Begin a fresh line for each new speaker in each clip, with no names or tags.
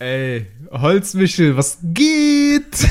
Ey, Holzmichel, was geht?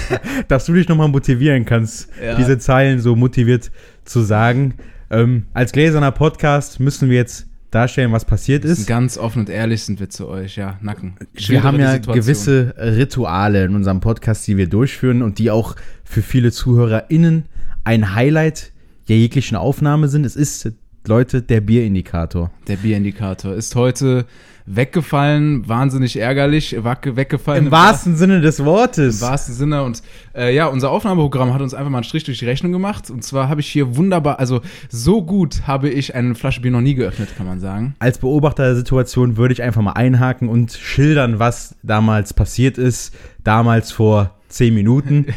dass du dich nochmal motivieren kannst,
Ja.
diese Zeilen so motiviert zu sagen. Ähm, als gläserner Podcast müssen wir jetzt darstellen, was passiert ist.
Ganz offen und ehrlich sind wir zu euch, ja, Nacken.
Wir haben ja
Situation.
gewisse Rituale in unserem Podcast, die wir durchführen und die auch für viele ZuhörerInnen ein Highlight der jeglichen Aufnahme sind. Es ist, Leute, der Bierindikator.
Der Bierindikator ist heute weggefallen, wahnsinnig ärgerlich, wack- weggefallen.
Im wahrsten Sinne des Wortes.
Im wahrsten Sinne. Und äh, ja, unser Aufnahmeprogramm hat uns einfach mal einen Strich durch die Rechnung gemacht. Und zwar habe ich hier wunderbar, also so gut habe ich eine Flasche Bier noch nie geöffnet, kann man sagen.
als Beobachter der Situation würde ich einfach mal einhaken und schildern, was damals passiert ist, damals vor zehn Minuten.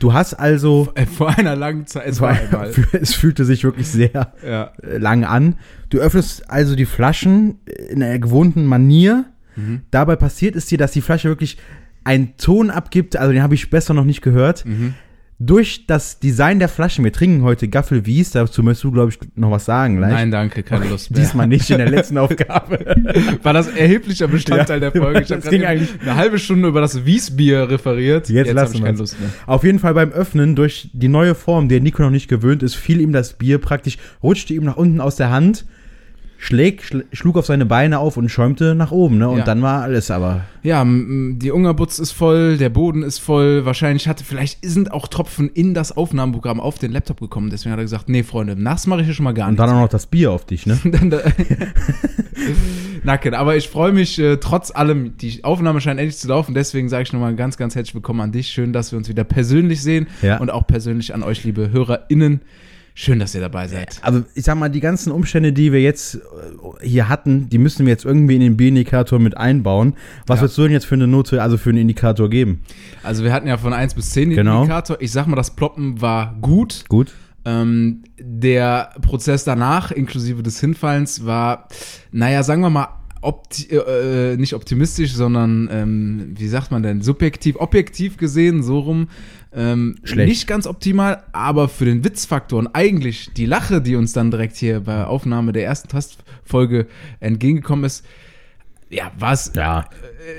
Du hast also,
Äh, vor einer langen Zeit. Es war einmal.
es fühlte sich wirklich sehr
Ja.
äh, lang an. Du öffnest also die Flaschen äh, in einer gewohnten Manier.
Mhm.
Dabei passiert es dir, dass die Flasche wirklich einen Ton abgibt, also den habe ich besser noch nicht gehört.
Mhm.
Durch das Design der Flaschen, wir trinken heute Gaffel Wies, dazu möchtest du, glaube ich, noch was sagen gleich.
Nein, danke, keine Lust mehr.
Diesmal nicht in der letzten Aufgabe.
War das erheblicher Bestandteil
Ja,
der Folge? Ich
das
habe
ging
gerade eine halbe Stunde über das Wiesbier referiert.
Jetzt
hab
lassen
ich keine
wir's.
Lust mehr.
Auf jeden Fall beim Öffnen, durch die neue Form, der Nico noch nicht gewöhnt ist, fiel ihm das Bier praktisch, rutschte ihm nach unten aus der Hand, schläg, schl schlug auf seine Beine auf und schäumte nach oben. Ne? Und
Ja.
dann war alles aber.
Ja, m- m- die Ungerbutz ist voll, der Boden ist voll. Wahrscheinlich hatte, vielleicht sind auch Tropfen in das Aufnahmeprogramm auf den Laptop gekommen. Deswegen hat er gesagt, nee, Freunde, nachts mache ich hier schon mal gar
Und
nichts.
dann auch noch das Bier auf dich, ne?
Dann da- Nacken, aber ich freue mich äh, trotz allem, die Aufnahme scheint endlich zu laufen, deswegen sage ich nochmal ganz, ganz herzlich willkommen an dich. Schön, dass wir uns wieder persönlich sehen
Ja.
und auch persönlich an euch, liebe HörerInnen. Schön, dass ihr dabei seid.
Aber Also, ich sag mal, die ganzen Umstände, die wir jetzt äh, hier hatten, die müssen wir jetzt irgendwie in den Bierindikator mit einbauen. Was
Ja.
würdest du denn jetzt für eine Note, also für einen Indikator geben?
Also wir hatten ja von 1 bis 10 den
Genau.
Indikator. Ich sag mal, das Ploppen war gut.
Gut.
Ähm, der Prozess danach, inklusive des Hinfallens, war, naja, sagen wir mal, opti äh, äh, nicht optimistisch, sondern, ähm, wie sagt man denn, subjektiv, objektiv gesehen, so rum, ähm,
Schlecht.
nicht ganz optimal, aber für den Witzfaktor und eigentlich die Lache, die uns dann direkt hier bei Aufnahme der ersten Tastfolge entgegengekommen ist, ja, war es
Ja.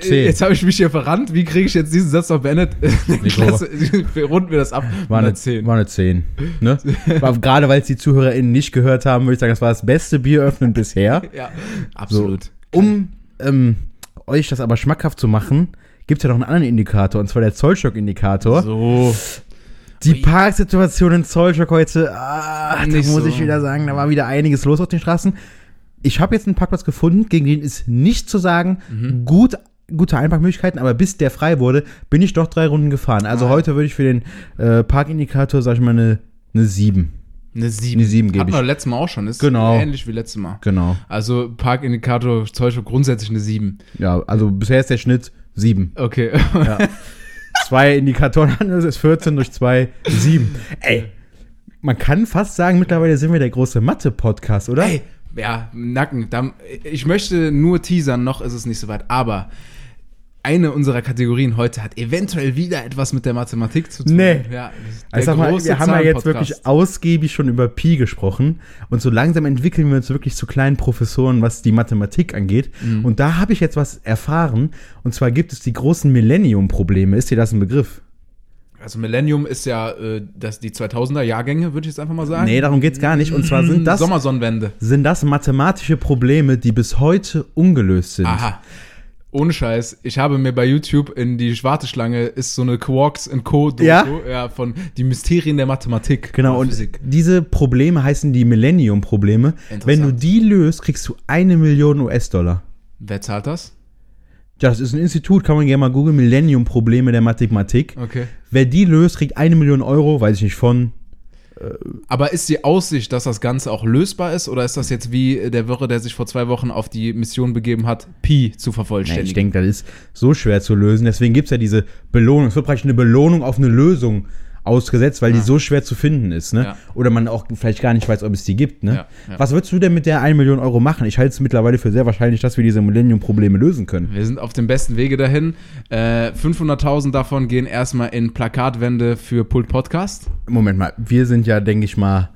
äh,
Zehn.
Jetzt habe ich mich hier verrannt. Wie kriege ich jetzt diesen Satz noch beendet? Klasse, wir runden wir das ab.
War eine,
10.
war eine 10. Ne? War- Gerade weil es die ZuhörerInnen nicht gehört haben, würde ich sagen, das war das beste Bieröffnen bisher.
Ja, absolut.
Um ähm, euch das aber schmackhaft zu machen, gibt es ja noch einen anderen Indikator, und zwar der Zollstock-Indikator.
So.
Die Parksituation in Zollstock heute, ah, da
Nicht
muss
so.
ich wieder sagen, da war wieder einiges los auf den Straßen. Ich habe jetzt einen Parkplatz gefunden, gegen den ist nicht zu sagen,
Mhm.
gut, gute Einparkmöglichkeiten, aber bis der frei wurde, bin ich doch drei Runden gefahren.
Ah,
Also heute würde ich für den äh, Parkindikator, sag ich mal, eine, eine 7.
Eine 7.
Eine Sieben gebe
Hatten
ich.
wir letztes Mal auch schon. Ist
Genau.
ähnlich wie letztes Mal.
Genau.
Also Parkindikator Zollstock grundsätzlich eine 7.
Ja, also bisher ist der Schnitt 7.
Okay.
zwei Indikatoren an, das ist 14 durch 2, 7. Ey, man kann fast sagen, mittlerweile sind wir der große Mathe-Podcast, oder?
Ey, ja, Nacken. Da, ich möchte nur teasern, noch ist es nicht so weit, aber eine unserer Kategorien heute hat eventuell wieder etwas mit der Mathematik zu tun.
Nee.
Ja, der
ich Also sag mal,
große
wir haben ja jetzt
Zahlenpodcast.
wirklich ausgiebig schon über Pi gesprochen und so langsam entwickeln wir uns wirklich zu kleinen Professoren, was die Mathematik angeht.
Mhm.
Und da habe ich jetzt was erfahren. Und zwar gibt es die großen Millennium-Probleme. Ist dir das ein Begriff?
Also Millennium ist ja äh, das, die 2000er Jahrgänge, würde ich jetzt einfach mal sagen. Hm,
Nee, darum geht's gar nicht. Und zwar sind das,
Sommersonnenwende.
sind das mathematische Probleme, die bis heute ungelöst sind.
Aha. Ohne Scheiß, ich habe mir bei YouTube in die Warteschlange ist so eine Quarks and Co. Doku,
Ja?
ja, von die Mysterien der Mathematik.
Genau, und
und Physik.
diese Probleme heißen die Millennium-Probleme.
Interessant.
Wenn du die löst, kriegst du eine Million US-Dollar.
Wer zahlt das?
Ja, das ist ein Institut, kann man gerne mal googeln, Millennium-Probleme der Mathematik.
Okay.
Wer die löst, kriegt eine Million Euro, weiß ich nicht von.
Aber ist die Aussicht, dass das Ganze auch lösbar ist, oder ist das jetzt wie der Wirre, der sich vor zwei Wochen auf die Mission begeben hat, Pi zu
Nee,
vervollständigen?
ich denke, das ist so schwer zu lösen. Deswegen gibt es ja diese Belohnung. Es wird praktisch eine Belohnung auf eine Lösung ausgesetzt, weil die so schwer zu finden ist. Ne?
Ja.
Oder man auch vielleicht gar nicht weiß, ob es die gibt. Ne?
Ja, ja.
Was würdest du denn mit der 1 Million Euro machen? Ich halte es mittlerweile für sehr wahrscheinlich, dass wir diese Millennium-Probleme lösen können.
Wir sind auf dem besten Wege dahin. Äh, 500.000 davon gehen erstmal in Plakatwände für Pult Podcast.
Moment mal, wir sind ja, denke ich mal,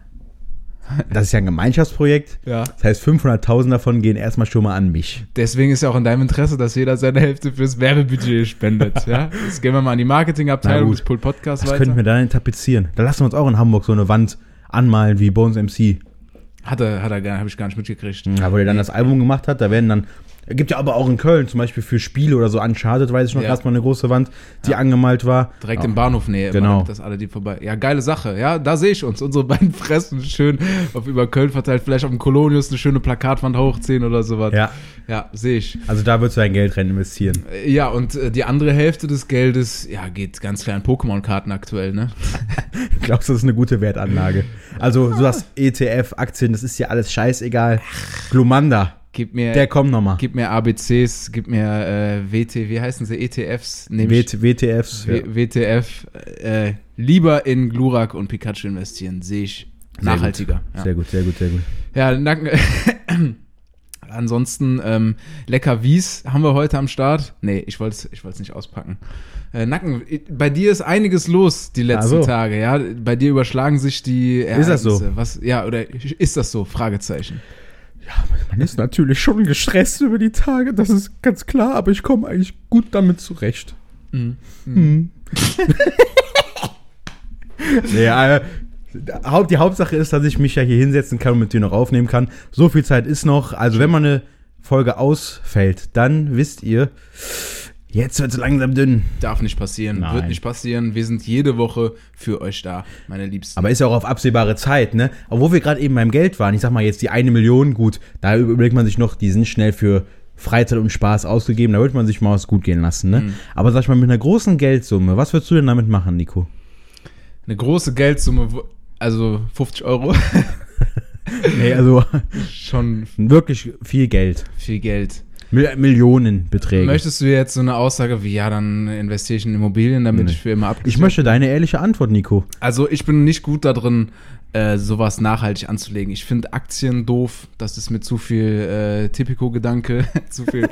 Das ist ja ein Gemeinschaftsprojekt.
Ja.
Das heißt, 500.000 davon gehen erstmal schon mal an mich.
Deswegen ist ja auch in deinem Interesse, dass jeder seine Hälfte fürs Werbebudget spendet. ja? Jetzt gehen wir mal an die
Na
Marketingabteilung
gut.
des Pull Podcast
Das könnten
weiter.
wir dann tapezieren. Da lassen wir uns auch in Hamburg so eine Wand anmalen wie Bones MC.
Hat er, hat er, gar- hab ich gar nicht mitgekriegt.
Ja, wo er dann das Album gemacht hat, da werden dann. Gibt ja aber auch in Köln zum Beispiel für Spiele oder so Uncharted, weiß ich noch,
Ja.
erstmal eine große Wand, die angemalt war.
Direkt
ja.
im Bahnhof Nähe,
Genau.
das alle die vorbei. Ja, geile Sache. Ja, da sehe ich uns. Unsere beiden Fressen schön auf über Köln verteilt, vielleicht auf dem Kolonius eine schöne Plakatwand hochziehen oder sowas.
Ja,
ja sehe ich.
also da würdest du dein Geld rein investieren.
Äh, Ja, und äh, die andere Hälfte des Geldes, ja, geht ganz klar an Pokémon-Karten aktuell, ne?
Glaubst du, das ist eine gute Wertanlage? Also, so das ETF, Aktien, das ist ja alles scheißegal. Glumanda,
Gib mir,
der kommt nochmal.
gib mir ABCs, gib mir äh, WT, wie heißen sie, ETFs? Nehm ich-
WT, WTFs.
W-
Ja.
WTF, äh, lieber in Glurak und Pikachu investieren, sehe ich
Sehr
nachhaltiger.
Gut. Sehr gut, sehr gut, sehr gut.
Ja, ja danke. Ansonsten, ähm, lecker Wies haben wir heute am Start. Nee, ich wollte es ich wollt's nicht auspacken. Äh, Nacken, i- bei dir ist einiges los die letzten
so.
Tage, ja? Bei dir überschlagen sich die Ereignisse.
das so?
Was, ja, oder ist das so? Fragezeichen.
Man ist natürlich schon gestresst über die Tage, das ist ganz klar, aber ich komme eigentlich gut damit zurecht.
Mhm.
Mhm. ja, äh, Haupt- die Hauptsache ist, dass ich mich ja hier hinsetzen kann und mit dir noch aufnehmen kann. So viel Zeit ist noch. Also, wenn mal eine Folge ausfällt, dann wisst ihr, jetzt wird es langsam dünn.
Darf nicht passieren,
Nein.
wird nicht passieren. Wir sind jede Woche für euch da, meine Liebsten.
Aber ist ja auch auf absehbare Zeit, ne? Obwohl wir gerade eben beim Geld waren, ich sag mal jetzt die eine Million, gut, da überlegt man sich noch, die sind schnell für Freizeit und Spaß ausgegeben, da würde man sich mal was gut gehen lassen, ne? Aber sag ich mal, mit einer großen Geldsumme, was würdest du denn damit machen, Nico?
Eine große Geldsumme, wo- also 50 Euro,
Nee, also
schon
wirklich viel Geld.
viel Geld.
Mil- Millionenbeträge.
Möchtest du jetzt so eine Aussage wie, ja, dann investiere ich in Immobilien, damit
Nee.
ich für immer abgesichert
ich möchte deine ehrliche Antwort, Nico.
Also ich bin nicht gut da drin, äh, sowas nachhaltig anzulegen. Ich finde Aktien doof. Das ist mir zu viel äh, Tipico-Gedanke, zu viel,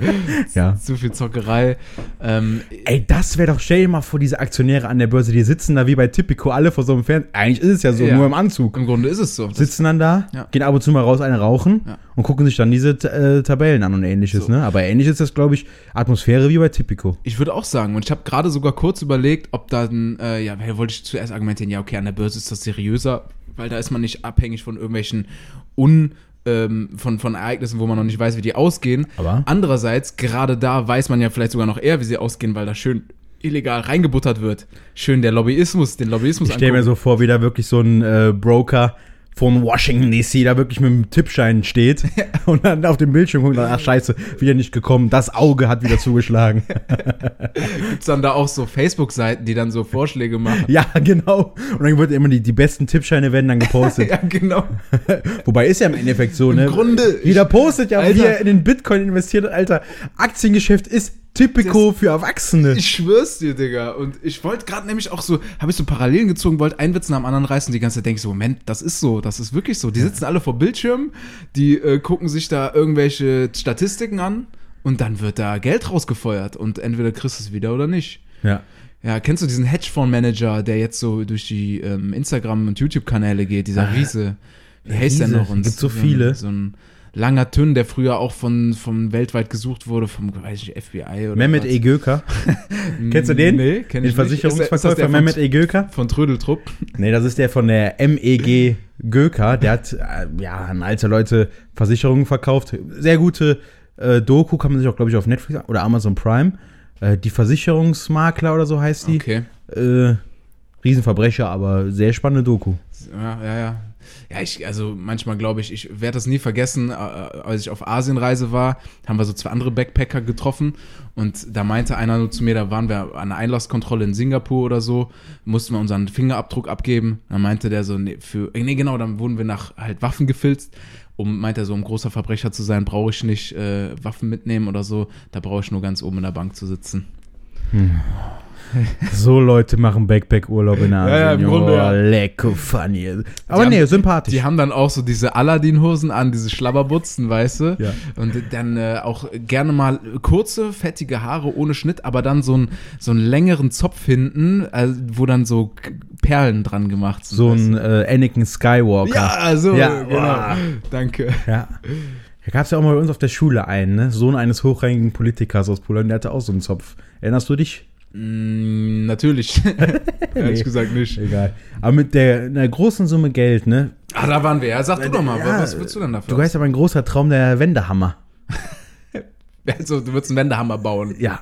Ja.
zu viel Zockerei. Ähm,
Ey, das wäre doch, stell dir mal vor, diese Aktionäre an der Börse, die sitzen da wie bei Tipico alle vor so einem Fernseher. Eigentlich ist es ja so,
Ja.
nur im Anzug.
Im Grunde ist es so.
Sitzen dann da,
Ja.
gehen ab und zu mal raus, eine rauchen
Ja.
und gucken sich dann diese äh, Tabellen an und ähnliches.
So.
Ne? Aber ähnlich ist das, glaube ich, Atmosphäre wie bei Tipico.
Ich würde auch sagen, und ich habe gerade sogar kurz überlegt, ob dann, äh, ja, weil wollte ich zuerst argumentieren, ja, okay, an der Börse ist das seriöser, weil da ist man nicht abhängig von irgendwelchen Un, ähm, von, von Ereignissen, wo man noch nicht weiß, wie die ausgehen.
Aber?
andererseits, gerade da weiß man ja vielleicht sogar noch eher, wie sie ausgehen, weil da schön illegal reingebuttert wird. Schön der Lobbyismus, den Lobbyismus
Ich stelle mir
angucken.
so vor, wie da wirklich so ein äh, Broker von Washington DC da wirklich mit einem Tippschein steht und dann auf dem Bildschirm guckt und dann, ach scheiße, wieder nicht gekommen, das Auge hat wieder zugeschlagen.
Gibt's dann da auch so Facebook-Seiten, die dann so Vorschläge machen.
ja, genau. Und dann wird immer die, die besten Tippscheine werden dann gepostet.
ja, genau.
Wobei ist ja im Endeffekt so, ne?
Grunde,
Jeder postet ja,
Alter.
wie er in den Bitcoin investiert hat, Alter. Aktiengeschäft ist typico für Erwachsene.
Ich schwör's dir, Digga. Und ich wollte gerade nämlich auch so, habe ich so Parallelen gezogen, wollte einen Witz nach dem anderen reißen. Die ganze Zeit denke ich so, Moment, das ist so, das ist wirklich so. Die sitzen alle vor Bildschirmen, die äh, gucken sich da irgendwelche Statistiken an und dann wird da Geld rausgefeuert und entweder kriegst du es wieder oder nicht.
ja.
Ja, kennst du diesen Hedgefondsmanager, der jetzt so durch die ähm, Instagram- und YouTube-Kanäle geht, dieser Riese? Wie heißt der
Ah, Riese.
noch? Und
Gibt so
ein-
viele.
So ein langer Tünn, der früher auch von, vom weltweit gesucht wurde, vom, weiß ich nicht, FBI oder
Mehmet
was.
E. Göker. Kennst du den?
Nee, kenn
Den
ich nicht. Ist das- ist das
Versicherungsverkäufer
der
Mehmet Hm.
von-
E. Göker?
Von Trödeltrupp.
Nee, das ist der von der MEG Göker. Der hat, äh, ja, an alte Leute Versicherungen verkauft. Sehr gute äh, Doku, kann man sich auch, glaube ich, auf Netflix oder Amazon Prime. Äh, die Versicherungsmakler oder so heißt die.
Okay.
Äh, Riesenverbrecher, aber sehr spannende Doku.
Ja, ja, ja. Ja, ich, also manchmal glaube ich, ich werde das nie vergessen, äh, als ich auf Asienreise war, haben wir so zwei andere Backpacker getroffen und da meinte einer nur zu mir, da waren wir an der Einlasskontrolle in Singapur oder so, mussten wir unseren Fingerabdruck abgeben. Dann meinte der so, nee, für, nee genau, dann wurden wir nach halt Waffen gefilzt. Um, meinte er so, um großer Verbrecher zu sein, brauche ich nicht äh, Waffen mitnehmen oder so, da brauche ich nur ganz oben in der Bank zu sitzen.
So Leute machen Backpack-Urlaub in Asien.
Ja, ja, im
Junge.
Grunde, ja.
Lecko, funny. Aber
Die
nee,
haben-
sympathisch.
Die haben dann auch so diese Aladdin-Hosen an, diese Schlabberbutzen, weißt du?
Ja.
Und dann äh, auch gerne mal kurze, fettige Haare ohne Schnitt, aber dann so, einen so einen längeren Zopf hinten, äh, wo dann so K- Perlen dran gemacht sind.
so
weißt
ein äh, Anakin
du?
Skywalker.
Ja, so,
Ja,
genau.
boah.
Danke.
Ja. Da gab es ja auch mal bei uns auf der Schule einen, ne? Sohn eines hochrangigen Politikers aus Polen, der hatte auch so einen Zopf. Erinnerst du dich?
Mm, natürlich. Ehrlich gesagt nicht.
Egal. Aber mit der einer großen Summe Geld, ne?
Ah, da waren wir. Ja, sag du doch mal,
Ja,
was willst du denn dafür?
Du weißt ja, mein großer Traum der Wendehammer.
also, du würdest einen Wendehammer bauen.
Ja.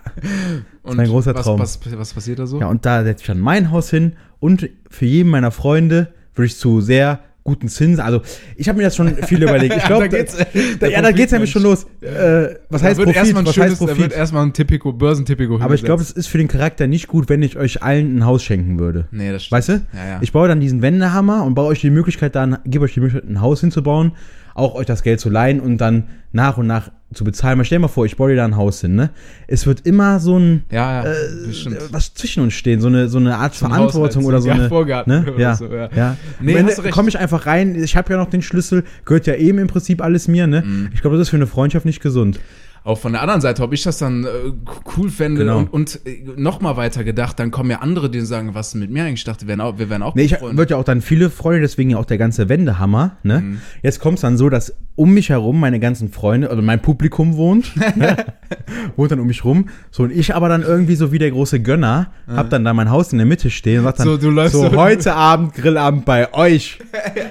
Und
mein großer
was,
Traum.
Was, was passiert da so?
Ja, und da setze ich dann mein Haus hin und für jeden meiner Freunde würde ich zu sehr guten Zinsen. Also, ich habe mir das schon viel überlegt. Ich
Ja,
glaube,
da geht's-
da,
der
ja, da
Profit,
geht's nämlich schon los. Äh, was heißt
da wird
Profit?
erstmal ein
Was
schönes,
heißt
da wird
Profit?
erstmal ein Typico, Börsentypico
Aber ich glaube,
hingesetzt.
es ist für den Charakter nicht gut, wenn ich euch allen ein Haus schenken würde.
Nee, das stimmt.
Weißt du?
Ja, ja.
Ich baue dann diesen Wendehammer und baue euch die Möglichkeit dann, gebe euch die Möglichkeit, ein Haus hinzubauen, auch euch das Geld zu leihen und dann nach und nach zu bezahlen. Mal stell dir mal vor, ich baue dir da ein Haus hin, ne? Es wird immer so ein
Ja, ja,
äh,
bestimmt.
was zwischen uns stehen, so eine, so eine Art
ein
Verantwortung
Haushalt,
oder
so
so
ein
eine.
Vorgarten
ne?
oder
ja,
so, ja.
ja.
Nee,
Am Ende
hast du recht.
komme ich einfach rein, ich habe ja noch den Schlüssel, gehört ja eben im Prinzip alles mir, ne?
Mhm.
Ich glaube, das ist für eine Freundschaft nicht gesund.
Auch von der anderen Seite, ob ich das dann äh, cool fände
Genau.
und, und äh, noch mal weiter gedacht, dann kommen ja andere, die sagen, was ist mit mir eigentlich? Ich dachte, wir wären auch, wir wären auch
Nee, ich
befreundet.
würde ja auch dann viele Freunde, deswegen ja auch der ganze Wendehammer. Ne?
Mhm.
Jetzt kommt es dann so, dass um mich herum meine ganzen Freunde, also mein Publikum wohnt, ne? wohnt dann um mich rum. So und ich aber dann irgendwie so wie der große Gönner, hab dann da mein Haus in der Mitte stehen und sag dann,
So, du läufst so-
heute Abend Grillabend bei euch.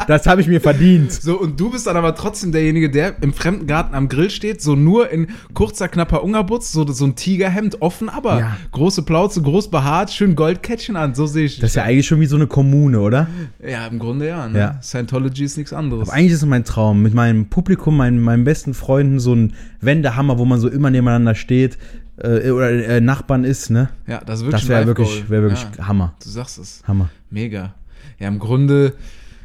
Das habe ich mir verdient.
So, und du bist dann aber trotzdem derjenige, der im Fremdengarten am Grill steht, so nur in kurzer, knapper Ungerputz, so, so ein Tigerhemd offen, aber
Ja.
große Plauze, groß behaart, schön Goldkettchen an, so sehe ich.
Das ist ja eigentlich schon wie so eine Kommune, oder?
ja, im Grunde ja, ne?
Ja.
Scientology ist nichts anderes.
Eigentlich ist es mein Traum, mit meinem Publikum, meinen, meinen besten Freunden so ein Wendehammer, wo man so immer nebeneinander steht äh, oder äh, Nachbarn ist, ne?
Ja, das ist wirklich ein
Das wäre
Live-Goal.
wirklich, wär wirklich
ja,
Hammer.
Du sagst es.
Hammer.
Mega. Ja, im Grunde,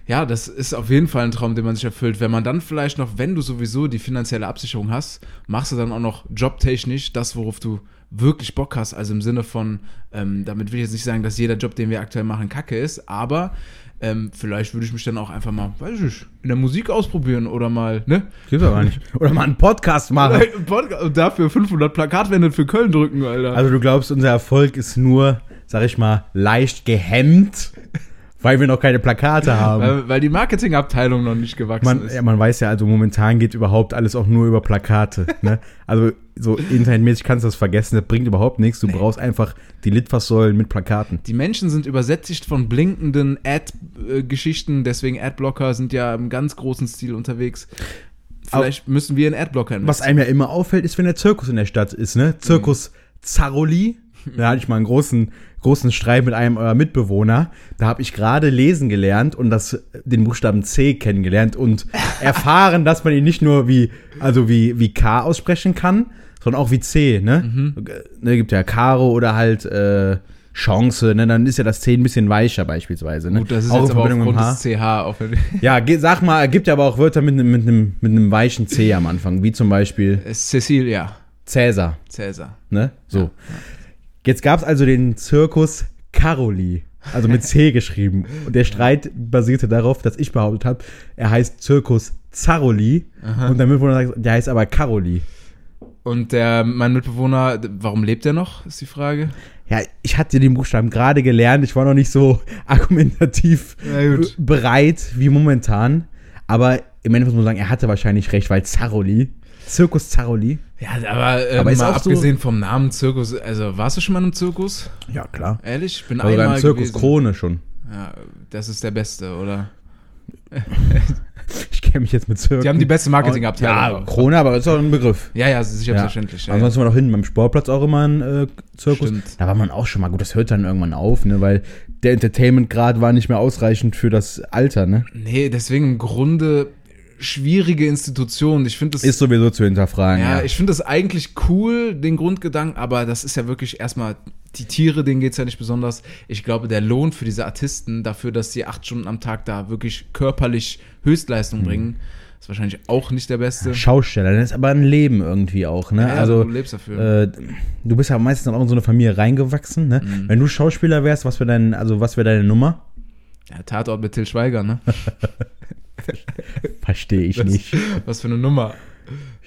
ja, das ist auf jeden Fall ein Traum, den man sich erfüllt. Wenn man dann vielleicht noch, wenn du sowieso die finanzielle Absicherung hast, machst du dann auch noch jobtechnisch das, worauf du wirklich Bock hast. Also im Sinne von, ähm, damit will ich jetzt nicht sagen, dass jeder Job, den wir aktuell machen, kacke ist, aber ähm, vielleicht würde ich mich dann auch einfach mal, weiß ich nicht, in der Musik ausprobieren oder mal, ne?
Gibt's aber nicht. Oder mal einen Podcast machen.
Und dafür 500 Plakatwände für Köln drücken, Alter.
Also du glaubst, unser Erfolg ist nur, sag ich mal, leicht gehemmt, weil wir noch keine Plakate haben.
Äh, weil, weil die Marketingabteilung noch nicht gewachsen
Man,
ist.
ja, man weiß ja, also momentan geht überhaupt alles auch nur über Plakate. Ne? Also so internetmäßig kannst du das vergessen, das bringt überhaupt nichts. Du brauchst einfach die Litfaßsäulen mit Plakaten.
Die Menschen sind übersättigt von blinkenden Ad-Geschichten, deswegen Adblocker sind ja im ganz großen Stil unterwegs. Vielleicht müssen wir in Adblocker
Was einem ja immer auffällt, ist, wenn der Zirkus in der Stadt ist, ne? Zirkus Zaroli.
Hm.
Da hatte ich mal einen großen, großen Streit mit einem eurer Mitbewohner. Da habe ich gerade lesen gelernt und das, den Buchstaben C kennengelernt und erfahren, dass man ihn nicht nur wie, also wie, wie K aussprechen kann, sondern auch wie C, ne?
Mhm.
ne gibt ja Karo oder halt, äh, Chance, ne? Dann ist ja das C ein bisschen weicher beispielsweise, ne?
Gut, das ist
Auch
jetzt
in
aber
Verbindung mit dem
aufgrund
H.
des CH. Auf
Ja, ge- sag mal, gibt ja aber auch Wörter mit einem, mit einem, mit einem weichen C am Anfang, wie zum Beispiel
Äh, Cecilia,
Cäsar,
Cäsar.
ne? So. Jetzt gab's also den Zirkus Caroli, also mit C geschrieben. Und der Streit basierte darauf, dass ich behauptet habe, er heißt Zirkus Zaroli. Und der Mitbewohner sagt, der heißt aber Caroli.
Und der, mein Mitbewohner, d- warum lebt er noch, ist die Frage.
Ja, ich hatte den Buchstaben gerade gelernt. Ich war noch nicht so argumentativ
Na gut.
b- bereit wie momentan. Aber im Endeffekt muss man sagen, er hatte wahrscheinlich recht, weil Zaroli, Zirkus Zaroli.
Ja, aber, äh,
Aber ist
mal
auch so-
abgesehen vom Namen Zirkus, also warst du schon mal im Zirkus?
Ja, klar.
Ehrlich? Ich bin
Also
einmal
beim Zirkus
gewesen.
Krone schon.
Ja, das ist der Beste, oder?
Ich kenne mich jetzt mit Zirkus.
Die haben die beste Marketingabteilung.
Ja, Krone, aber ist auch ein Begriff.
Ja, ja, Also sicher
Ja.
selbstverständlich. Ja, ja.
Ansonsten war doch hinten beim Sportplatz auch immer ein äh, Zirkus.
Stimmt.
Da war man auch schon mal gut. Das hört dann irgendwann auf, ne? weil der Entertainment-Grad war nicht mehr ausreichend für das Alter. Ne?
Nee, deswegen im Grunde schwierige Institution. Ich finde das.
Ist sowieso zu hinterfragen.
ja,
Ja,
ich finde das eigentlich cool, den Grundgedanken, aber das ist ja wirklich erstmal die Tiere, denen geht's ja nicht besonders. Ich glaube, der Lohn
Hm.
für diese Artisten dafür, dass sie acht Stunden am Tag da wirklich körperlich Höchstleistung bringen, Ist wahrscheinlich auch nicht der beste.
Schausteller, das ist aber ein Leben irgendwie auch, ne?
Ja,
also,
du lebst dafür.
äh, du bist ja meistens auch in so eine Familie reingewachsen, ne?
Mhm.
Wenn du Schauspieler wärst, was wäre dein, also was wäre deine Nummer?
ja, Tatort mit Till Schweiger, ne?
Verstehe ich nicht.
Was für eine Nummer.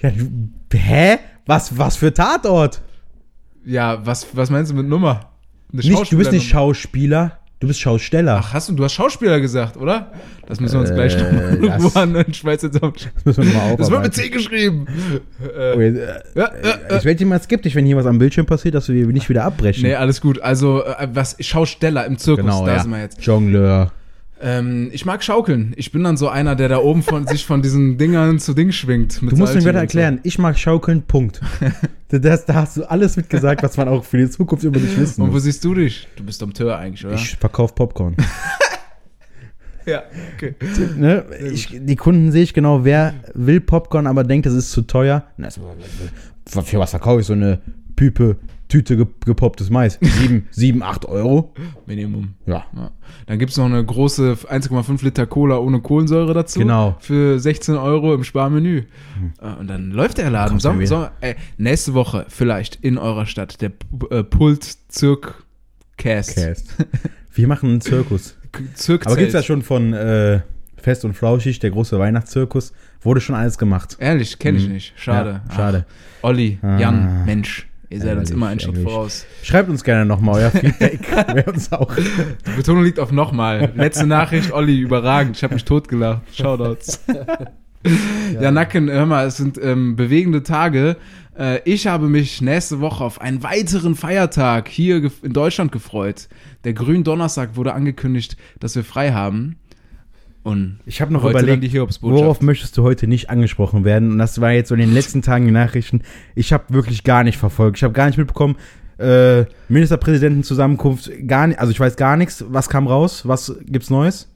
Ja, du, hä? Was, was für Tatort?
Ja, was, was meinst du mit Nummer? Eine
Nicht, du bist nicht
Schauspielernummer.
Schauspieler, du bist Schausteller.
Ach, hast du, du hast Schauspieler gesagt, oder? Das müssen wir uns
Äh,
gleich nochmal
das-
irgendwo an den Schweizer Zaun.
Das müssen wir mal
Das wird mit
aufarbeiten.
C geschrieben. Äh,
Okay, äh,
ja, äh,
Ich werde immer skeptisch, wenn hier was am Bildschirm passiert, dass wir nicht wieder abbrechen.
Nee, alles gut. Also, äh, was Schausteller im Zirkus,
genau,
da
ja.
sind wir jetzt.
Jongleur.
Ähm, ich mag schaukeln. Ich bin dann so einer, der da oben von, sich von diesen Dingern zu Ding schwingt.
Du musst mir wieder erklären, ich mag Schaukeln, Punkt. das, da hast du alles mitgesagt, was man auch für die Zukunft über dich
Und, so.
wissen
und wo
muss.
siehst du dich? Du bist Dompteur eigentlich, oder?
Ich verkaufe Popcorn.
ja, okay.
ne? ich, die Kunden sehe ich genau, wer will Popcorn, aber denkt, das ist zu teuer. Na, das- Für was verkaufe ich so eine Püpe, Tüte ge- gepopptes Mais? Sieben, sieben, acht Euro?
Minimum.
Ja.
Ja. Dann gibt's noch eine große 1,5 Liter Cola ohne Kohlensäure dazu.
Genau. Hm.
Für 16 Euro im Sparmenü. Äh, Und dann läuft der Laden.
Kommt
Son-
er wieder.
Son- ey, nächste Woche vielleicht in eurer Stadt der P- äh, Pult Zirk Cast.
Okay. Wir machen einen Zirkus.
K- Zirk
Aber gibt's ja schon von äh, Fest und Flauschig, der große Weihnachtszirkus, wurde schon alles gemacht.
Ehrlich, kenne ich nicht. Schade.
Ja, schade.
Ach, Olli,
Ah.
Jan, Mensch. Ihr seid uns
Ehrlich,
immer einen Schritt
ehrlich.
voraus.
Schreibt uns gerne nochmal euer Feedback. Wäre uns auch.
Die Betonung liegt auf nochmal. Letzte Nachricht, Olli, überragend. Ich habe mich totgelacht. Shoutouts. ja, Nacken, hör mal, es sind ähm, bewegende Tage. Äh, ich habe mich nächste Woche auf einen weiteren Feiertag hier gef- in Deutschland gefreut. Der Gründonnerstag wurde angekündigt, dass wir frei haben. Und
Ich habe noch
Heute dann
überlegt,
die Hiobsbotschaft.
worauf möchtest du heute nicht angesprochen werden? Und das war jetzt so in den letzten Tagen die Nachrichten. Ich habe wirklich gar nicht verfolgt. Ich habe gar nicht mitbekommen. Äh, Ministerpräsidentenzusammenkunft, gar nicht, also ich weiß gar nichts. Was kam raus? Was gibt's Neues?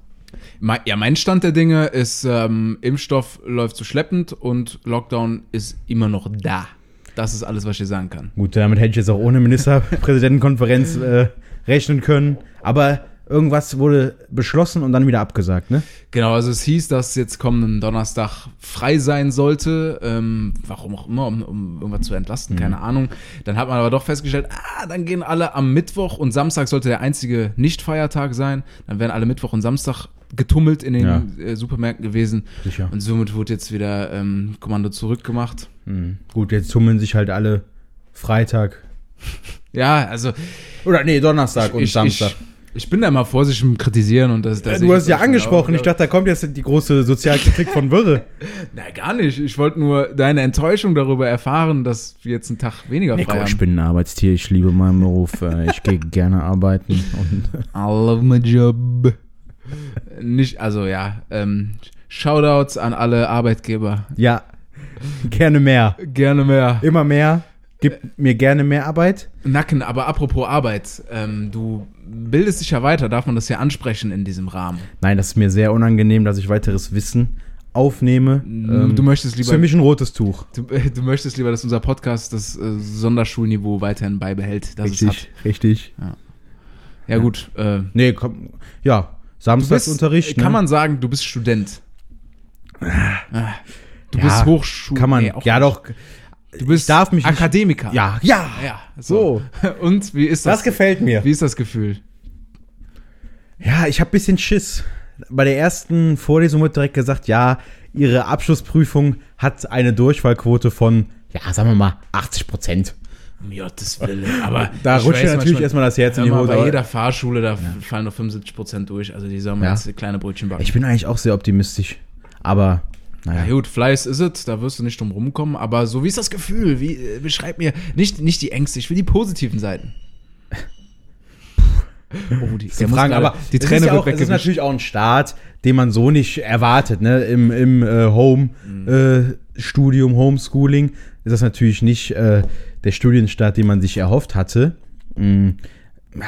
Mein- Ja, mein Stand der Dinge ist, ähm, Impfstoff läuft so schleppend und Lockdown ist immer noch da. Das ist alles, was ich dir sagen kann.
Gut, damit hätte ich jetzt auch ohne Ministerpräsidentenkonferenz äh, rechnen können. Aber irgendwas wurde beschlossen und dann wieder abgesagt, ne?
Genau, also es hieß, dass jetzt kommenden Donnerstag frei sein sollte. Ähm, warum auch immer, um, um irgendwas zu entlasten,
Mhm.
keine Ahnung. Dann hat man aber doch festgestellt, ah, dann gehen alle am Mittwoch und Samstag sollte der einzige Nicht-Feiertag sein. Dann wären alle Mittwoch und Samstag getummelt in den
Ja.
äh, Supermärkten gewesen.
Sicher.
Und somit wurde jetzt wieder ähm, Kommando zurückgemacht.
Mhm. Gut, jetzt tummeln sich halt alle Freitag.
Ja, also
Oder nee, Donnerstag und
ich,
Samstag. Äh,
Ich, ich bin da mal vorsichtig im Kritisieren und das. das genau
du hast ja angesprochen, Also ich dachte, da kommt jetzt die große Sozialkritik von Wirre.
Na, gar nicht. Ich wollte nur deine Enttäuschung darüber erfahren, dass wir jetzt einen Tag weniger frei haben.
bin ein Arbeitstier, ich liebe meinen Beruf, äh, ich gehe gerne arbeiten. Und
I love my job. Nicht, also ja, ähm, Shoutouts an alle Arbeitgeber.
ja, gerne mehr.
Gerne mehr.
Immer mehr. Gib mir gerne mehr Arbeit.
Nacken, aber apropos Arbeit, ähm, du bildest dich ja weiter, darf man das hier ansprechen in diesem Rahmen?
Nein, das ist mir sehr unangenehm, dass ich weiteres Wissen aufnehme.
du möchtest
Ähm, ist für
lieber,
mich ein rotes Tuch.
du, du möchtest lieber, dass unser Podcast das äh, Sonderschulniveau weiterhin beibehält,
Also
das es hat.
richtig.
Ja gut, äh,
Nee, komm, ja,
du bist,
Samstagsunterricht.
kann
ne?
man sagen, du bist Student. Ah, Du
Ja,
bist Hochschul...
Kann man,
nee, auch
ja
nicht.
doch.
Du bist
darf mich nicht-
Akademiker.
Ja, ja.
Ja, so. Und wie ist das?
Das gefällt mir.
Wie ist das Gefühl?
Ja, ich hab bisschen Schiss. Bei der ersten Vorlesung wird direkt gesagt, ja, ihre Abschlussprüfung hat eine Durchfallquote von, ja, sagen wir mal, 80 Prozent.
Um Gottes Willen. Aber
Da
ich
rutscht
weiß
ja natürlich
manchmal-
erstmal das Herz in
Hör
die
mal,
Hose.
Bei
aber
jeder Fahrschule, da fallen noch 75 Prozent durch. Also die sollen
Ja.
ja. jetzt kleine Brötchen backen.
Ich bin eigentlich auch sehr optimistisch. Aber,
ja,
naja.
gut, Fleiß ist es, da wirst du nicht drum rumkommen. Aber so, wie ist das Gefühl? Wie, äh, beschreib mir nicht, nicht die Ängste, ich will die positiven Seiten. Oh, die, der muss
Fragen,
gerade-
aber
die
es ist
Träne
ja
wird
auch, es ist
weggewischt.
natürlich auch ein Start, den man so nicht erwartet. Ne? Im, im äh,
Mhm.
Home-Studium, Homeschooling ist das natürlich nicht äh, der Studienstart, den man sich erhofft hatte. Mm,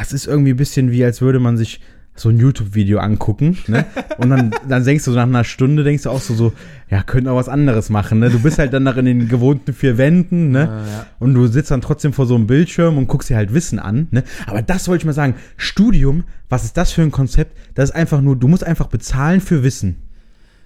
Es ist irgendwie ein bisschen wie, als würde man sich so ein YouTube-Video angucken. Ne? Und dann, dann denkst du so nach einer Stunde, denkst du auch so, so ja, könnte auch was anderes machen. Ne? Du bist halt dann noch in den gewohnten vier Wänden. Ne? Und du sitzt dann trotzdem vor so einem Bildschirm und guckst dir halt Wissen an. Ne? Aber das wollte ich mal sagen. Studium, was ist das für ein Konzept? Das ist einfach nur, du musst einfach bezahlen für Wissen.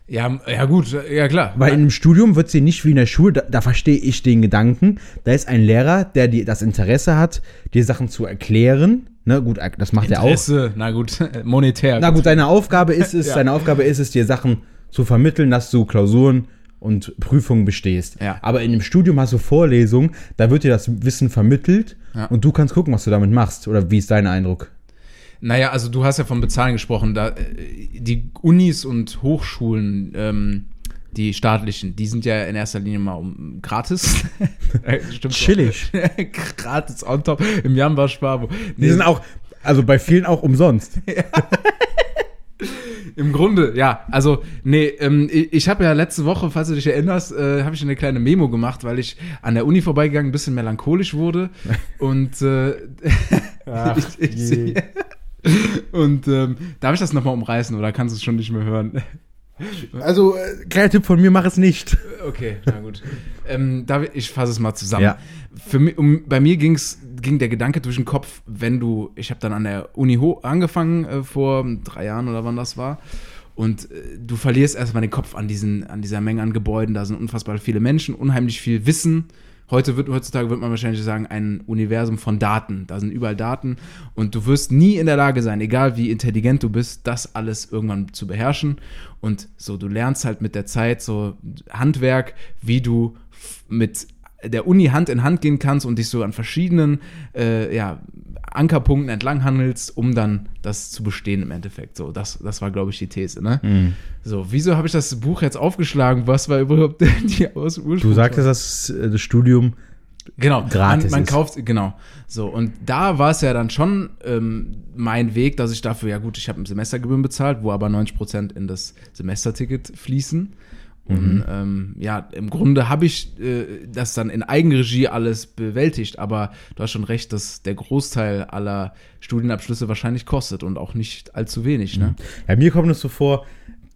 Ja, ja gut, ja klar.
Weil in einem Studium wird sie nicht wie in der Schule, da, da verstehe ich den Gedanken. Da ist ein Lehrer, der die, das Interesse hat, dir Sachen zu erklären. Ne, gut, das macht er auch.
Interesse, na gut, monetär.
Na gut, deine Aufgabe ist es,
Ja.
deine Aufgabe ist es, dir Sachen zu vermitteln, dass du Klausuren und Prüfungen bestehst.
Ja.
Aber in dem Studium hast du Vorlesungen, da wird dir das Wissen vermittelt
Ja.
und du kannst gucken, was du damit machst. Oder wie ist dein Eindruck?
Naja, also du hast ja vom Bezahlen gesprochen. Da, äh, die Unis und Hochschulen, ähm, die staatlichen, die sind ja in erster Linie mal um, gratis. Äh, Stimmt schon.
Chillig.
gratis on top im Jamba Sparbo.
Die
Nee,
sind auch, also bei vielen auch umsonst.
Im Grunde, ja. Also, nee, ähm, ich, ich habe ja letzte Woche, falls du dich erinnerst, äh, habe ich eine kleine Memo gemacht, weil ich an der Uni vorbeigegangen ein bisschen melancholisch wurde. und äh, ich, ich
je.
Und ähm, darf ich das nochmal umreißen oder kannst du es schon nicht mehr hören?
Also, äh, kleiner Tipp von mir, mach es nicht.
Okay, na gut. ähm, da, ich fasse es mal zusammen.
Ja.
Für mich, um, bei mir ging's, ging der Gedanke durch den Kopf, wenn du, ich habe dann an der Uni ho angefangen äh, vor drei Jahren oder wann das war. Und äh, du verlierst erstmal den Kopf an, diesen, an dieser Menge an Gebäuden. Da sind unfassbar viele Menschen, unheimlich viel Wissen. Heute wird, heutzutage wird man wahrscheinlich sagen, ein Universum von Daten. Da sind überall Daten. Und du wirst nie in der Lage sein, egal wie intelligent du bist, das alles irgendwann zu beherrschen. Und so, du lernst halt mit der Zeit so Handwerk, wie du f- mit der Uni Hand in Hand gehen kannst und dich so an verschiedenen äh, ja, Ankerpunkten entlang handelst, um dann das zu bestehen im Endeffekt. So, das, das war, glaube ich, die These. Ne? So, wieso habe ich das Buch jetzt aufgeschlagen? Was war überhaupt die Aus
Du
Ursprung-
sagtest, dass äh, das Studium
Genau,
Gratis
man, man
ist.
kauft, genau. So, und da war es ja dann schon ähm, mein Weg, dass ich dafür, ja gut, ich habe ein Semestergebühren bezahlt, wo aber 90 Prozent in das Semesterticket fließen. Und
Mhm.
ähm, ja, im Grunde habe ich äh, das dann in Eigenregie alles bewältigt, aber du hast schon recht, dass der Großteil aller Studienabschlüsse wahrscheinlich kostet und auch nicht allzu wenig, ne?
Ja, mir kommt es so vor,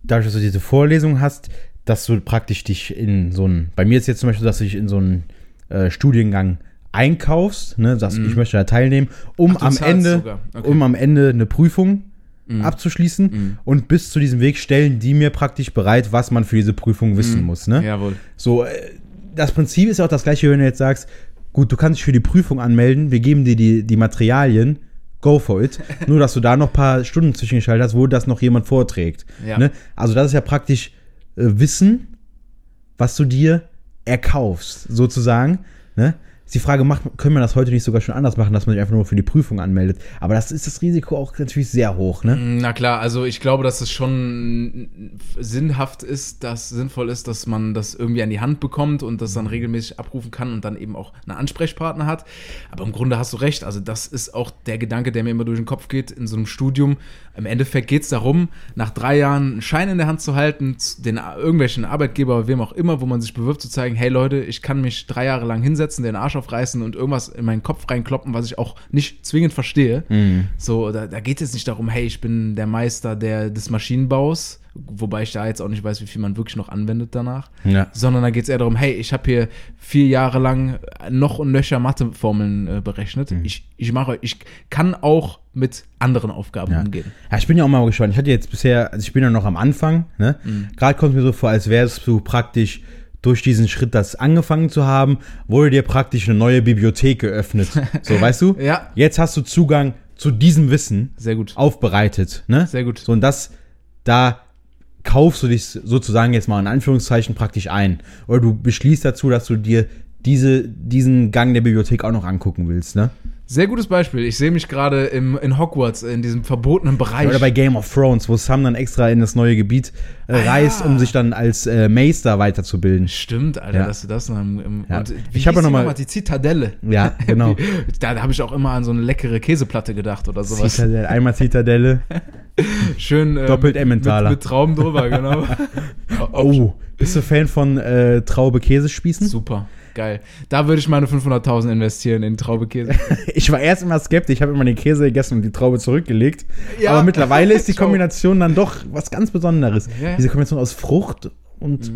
dadurch, dass du diese Vorlesung hast, dass du praktisch dich in so einen, bei mir ist jetzt zum Beispiel, dass du dich in so einen äh, Studiengang einkaufst, ne, sagst, ich möchte da teilnehmen, um
Mhm. Ach, du
am
zahlst
Ende,
sogar. Okay. Mhm.
um am Ende eine Prüfung abzuschließen und bis zu diesem Weg stellen die mir praktisch bereit, was man für diese Prüfung wissen
Mhm.
muss, ne?
Jawohl.
So, äh, das Prinzip ist ja auch das gleiche, wenn du jetzt sagst, gut, du kannst dich für die Prüfung anmelden, wir geben dir die, die Materialien, go for it. Nur, dass du da noch ein paar Stunden zwischengeschaltet hast, wo das noch jemand vorträgt.
Ja.
Ne? Also das ist ja praktisch äh, Wissen, was du dir erkaufst, sozusagen. Ne? Ist die Frage, macht, können wir das heute nicht sogar schon anders machen, dass man sich einfach nur für die Prüfung anmeldet? Aber das ist das Risiko auch natürlich sehr hoch, ne?
Na klar, also ich glaube, dass es schon sinnhaft ist, dass sinnvoll ist, dass man das irgendwie an die Hand bekommt und das dann regelmäßig abrufen kann und dann eben auch einen Ansprechpartner hat. Aber im Grunde hast du recht. Also das ist auch der Gedanke, der mir immer durch den Kopf geht in so einem Studium. Im Endeffekt geht es darum, nach drei Jahren einen Schein in der Hand zu halten, zu den irgendwelchen Arbeitgeber, wem auch immer, wo man sich bewirbt, zu zeigen, hey Leute, ich kann mich drei Jahre lang hinsetzen, den Arsch aufreißen und irgendwas in meinen Kopf reinkloppen, was ich auch nicht zwingend verstehe.
Mhm.
So, da, da geht es nicht darum, hey, ich bin der Meister der, des Maschinenbaus, wobei ich da jetzt auch nicht weiß, wie viel man wirklich noch anwendet danach.
Ja.
Sondern da geht es eher darum, hey, ich habe hier vier Jahre lang noch und nöcher Matheformeln äh, berechnet.
Mhm.
Ich, ich mache, ich kann auch mit anderen Aufgaben
Ja.
umgehen.
Ja, ich bin ja auch mal gespannt. Ich hatte jetzt bisher, also ich bin ja noch am Anfang, ne?
Mhm.
Gerade kommt es mir so vor, als wärst du praktisch durch diesen Schritt, das angefangen zu haben, wurde dir praktisch eine neue Bibliothek geöffnet. So, weißt du?
Ja.
Jetzt hast du Zugang zu diesem Wissen
Sehr gut.
aufbereitet, ne?
Sehr gut.
So, und das, da kaufst du dich sozusagen jetzt mal in Anführungszeichen praktisch ein. Oder du beschließt dazu, dass du dir diese, diesen Gang der Bibliothek auch noch angucken willst, ne?
Sehr gutes Beispiel. Ich sehe mich gerade im- in Hogwarts, in diesem verbotenen Bereich.
Oder bei Game of Thrones, wo Sam dann extra in das neue Gebiet äh,
Ah,
reist, um sich dann als äh, Meister weiterzubilden.
Stimmt, Alter,
Ja.
dass du das noch im, im
Ja.
und wie
Ich habe
hieß
noch
die
mal-
die Zitadelle.
Ja, genau.
Da habe ich auch immer an so eine leckere Käseplatte gedacht oder sowas.
Zitadelle, einmal Zitadelle.
Schön ähm,
Doppelt Emmentaler.
Mit, mit Trauben drüber, genau.
Oh, bist du Fan von äh, Traube Käsespießen?
Super, geil. Da würde ich meine 500.000 investieren in Traube Käse.
Ich war erst immer skeptisch, ich habe immer den Käse gegessen und die Traube zurückgelegt.
Ja.
Aber mittlerweile ist die
Ciao.
Kombination dann doch was ganz Besonderes.
Ja, Mhm. ja.
Diese Kombination aus Frucht und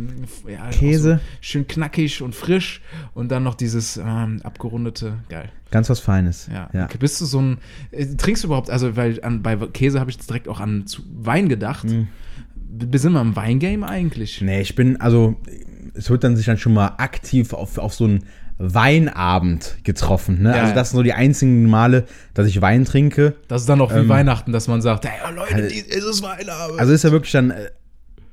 Ja, auch
Käse.
So schön knackig und frisch und dann noch dieses ähm, abgerundete, geil.
ganz was Feines.
Ja.
Ja.
Okay, Bist du so ein äh, trinkst du überhaupt also weil an, bei Käse habe ich jetzt direkt auch an zu Wein gedacht. Wir sind wir im Weingame eigentlich?
Hm. Nee, ich bin, also, es wird dann sich dann schon mal aktiv auf, auf so einen Weinabend getroffen. Ne?
Ja,
also,
ja.
das sind so die einzigen Male, dass ich Wein trinke.
Das ist dann auch wie Weihnachten, dass man sagt, hey Leute,
Ähm, also-
die- es ist Weihnachten.
Also, ist ja wirklich dann äh,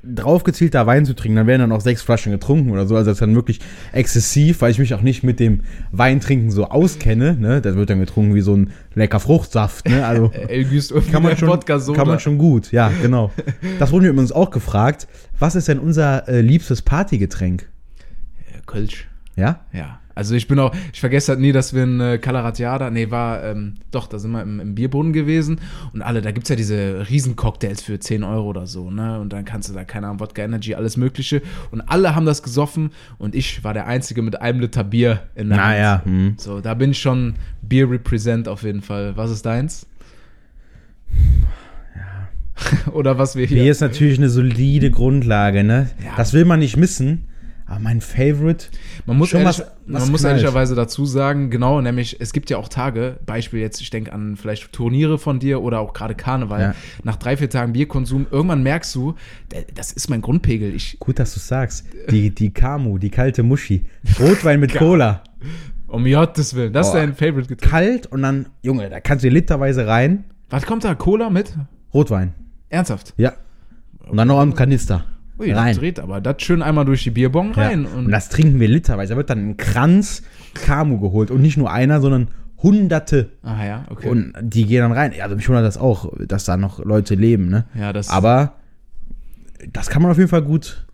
draufgezielter Wein zu trinken. Dann werden dann auch sechs Flaschen getrunken oder so. Also, das ist dann wirklich exzessiv, weil ich mich auch nicht mit dem Weintrinken so auskenne. Ne? Das wird dann getrunken wie so ein lecker Fruchtsaft. Ne? Also,
El Güst irgendwie
kann man
der
schon,
Wodka-Soda.
kann man schon gut, ja, genau. Das wurde mir übrigens auch gefragt. Was ist denn unser äh, liebstes Partygetränk?
Äh, Kölsch.
Ja?
Ja. Also ich bin auch, ich vergesse halt nie, dass wir in äh, Calaratiada, nee, war, ähm, doch, da sind wir im, im Bierbrunnen gewesen und alle, da gibt's ja diese Riesencocktails für 10 Euro oder so, ne? Und dann kannst du da, keine Ahnung, Wodka Energy, alles Mögliche. Und alle haben das gesoffen und ich war der Einzige mit einem Liter Bier in der Hand.
Naja, hm.
So, da bin ich schon Bier represent auf jeden Fall. Was ist deins? Ja. Oder was wir hier.
Bier ist natürlich eine solide Grundlage, ne?
Ja.
Das will man nicht missen. Aber mein Favorite.
Man muss,
Schon
ehrlich,
was- was
man muss
knallt.
ehrlicherweise dazu sagen, genau, nämlich es gibt ja auch Tage, Beispiel jetzt, ich denke an vielleicht Turniere von dir oder auch gerade Karneval,
Ja.
nach drei, vier Tagen Bierkonsum, irgendwann merkst du, d- das ist mein Grundpegel. Ich,
Gut, dass du sagst. Die, die Kamu, die kalte Muschi. Rotwein mit Cola.
um Gottes Willen, das
Boah.
ist dein Favorite Getränk.
Kalt und dann, Junge, da kannst du dir literweise rein.
Was kommt da? Cola mit?
Rotwein.
Ernsthaft?
Ja. Und dann noch am Kanister.
Ui, das
rein.
dreht aber. Das schön einmal durch die Bierbong
Ja.
rein.
Und das trinken wir literweise. Da wird dann ein Kranz Kamu geholt. Und nicht nur einer, sondern hunderte.
ah ja, okay.
Und die gehen dann rein. Also mich wundert das auch, dass da noch Leute leben, ne?
ja, das
Aber das kann man auf jeden Fall gut,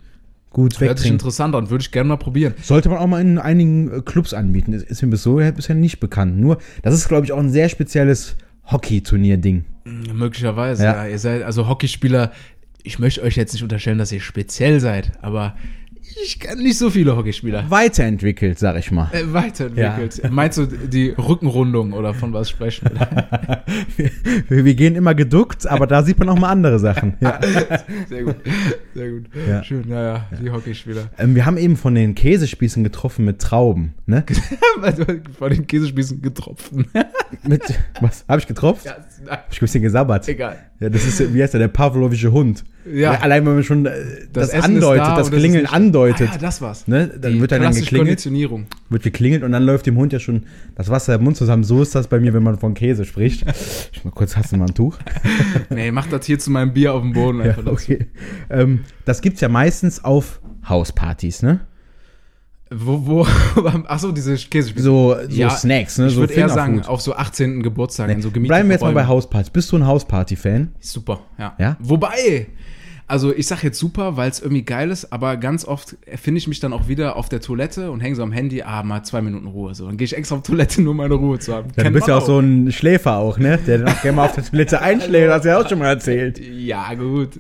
hört
gut
sich
wegtrinken.
interessant an, würde ich gerne mal probieren.
Sollte man auch mal in einigen äh, Clubs anbieten. Ist, ist mir bis so halt bisher nicht bekannt. Nur, das ist, glaube ich, auch ein sehr spezielles Hockey-Turnier-Ding.
Ja, Möglicherweise, ja.
Ja.
Ihr seid, also Hockeyspieler, ich möchte euch jetzt nicht unterstellen, dass ihr speziell seid, aber ich kenne nicht so viele Hockeyspieler.
Weiterentwickelt, sag ich mal.
Äh, weiterentwickelt. Meinst du die Rückenrundung oder von was sprechen?
Wir, wir gehen immer geduckt, aber da sieht man auch mal andere Sachen. Ja.
Sehr gut. Sehr gut.
Ja.
Schön, naja, die Hockeyspieler.
Ähm, wir haben eben von den Käsespießen getroffen mit Trauben. Ne?
Weil du Vor den Käsespießen getropfen.
Mit, was? Habe ich getropft?
ja, nein,
Hab ich ein bisschen gesabbert.
egal.
Ja, das ist, wie heißt der, der pavlovische Hund.
Ja.
Allein, wenn man schon äh, das,
Essen ist
andeutet,
da
das
und es ist
Klingeln
nicht-
andeutet.
Ah, ja, das war's.
Ne? Dann
Die
wird er dann
klassische
geklingelt,
Konditionierung.
wird geklingelt und dann läuft dem Hund ja schon das Wasser im Mund zusammen. So ist das bei mir, wenn man von Käse spricht. Ich mal kurz hast du mal ein Tuch.
Nee, mach das hier zu meinem Bier auf dem Boden
Ja,
einfach. dazu.
okay. Ähm, das gibt's ja meistens auf Hauspartys, ne?
Wo, wo, achso, diese Käsespießen.
So, so
Ja,
Snacks, ne?
Ich
so
würde eher sagen,
Fingerfood.
auf so 18. Geburtstag in so gemieteten
Bleiben wir jetzt mal bei
Räumen.
Hauspartys. Bist du ein Hausparty-Fan?
Super, ja.
Ja?
Wobei, also ich sag jetzt super, weil es irgendwie geil ist, aber ganz oft finde ich mich dann auch wieder auf der Toilette und hänge so am Handy, ah, mal zwei Minuten Ruhe. So, dann gehe ich extra auf Toilette, nur um meine Ruhe zu haben.
Ja, du
Kennt
bist
man
ja auch so ein Schläfer auch, ne? Der dann auch gerne mal auf der Toilette einschläft, hast du ja auch schon mal erzählt.
Ja, gut.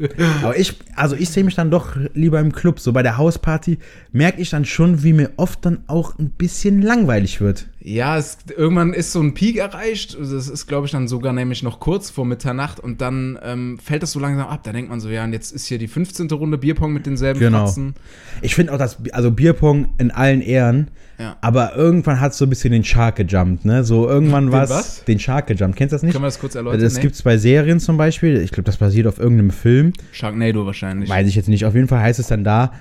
Aber ich, also ich sehe mich dann doch lieber im Club. So bei der Hausparty merke ich dann schon, wie mir oft dann auch ein bisschen langweilig wird.
Ja, es, irgendwann ist so ein Peak erreicht. Das ist, glaube ich, dann sogar nämlich noch kurz vor Mitternacht und dann ähm, fällt das so langsam ab. Da denkt man so, ja, und jetzt ist hier die 15. Runde Bierpong mit denselben
Genau.
Fratzen.
Ich finde auch das, Bi- also Bierpong in allen Ehren,
Ja.
aber irgendwann hat so ein bisschen den Shark gejumpt, ne? So irgendwann war es
was?
den Shark gejumpt. Kennst du das nicht? Äh,
Können wir das kurz erläutern?
Das
Nee.
gibt's bei Serien zum Beispiel. Ich glaube, das basiert auf irgendeinem Film.
Sharknado wahrscheinlich.
Weiß ich jetzt nicht. Auf jeden Fall heißt es dann da,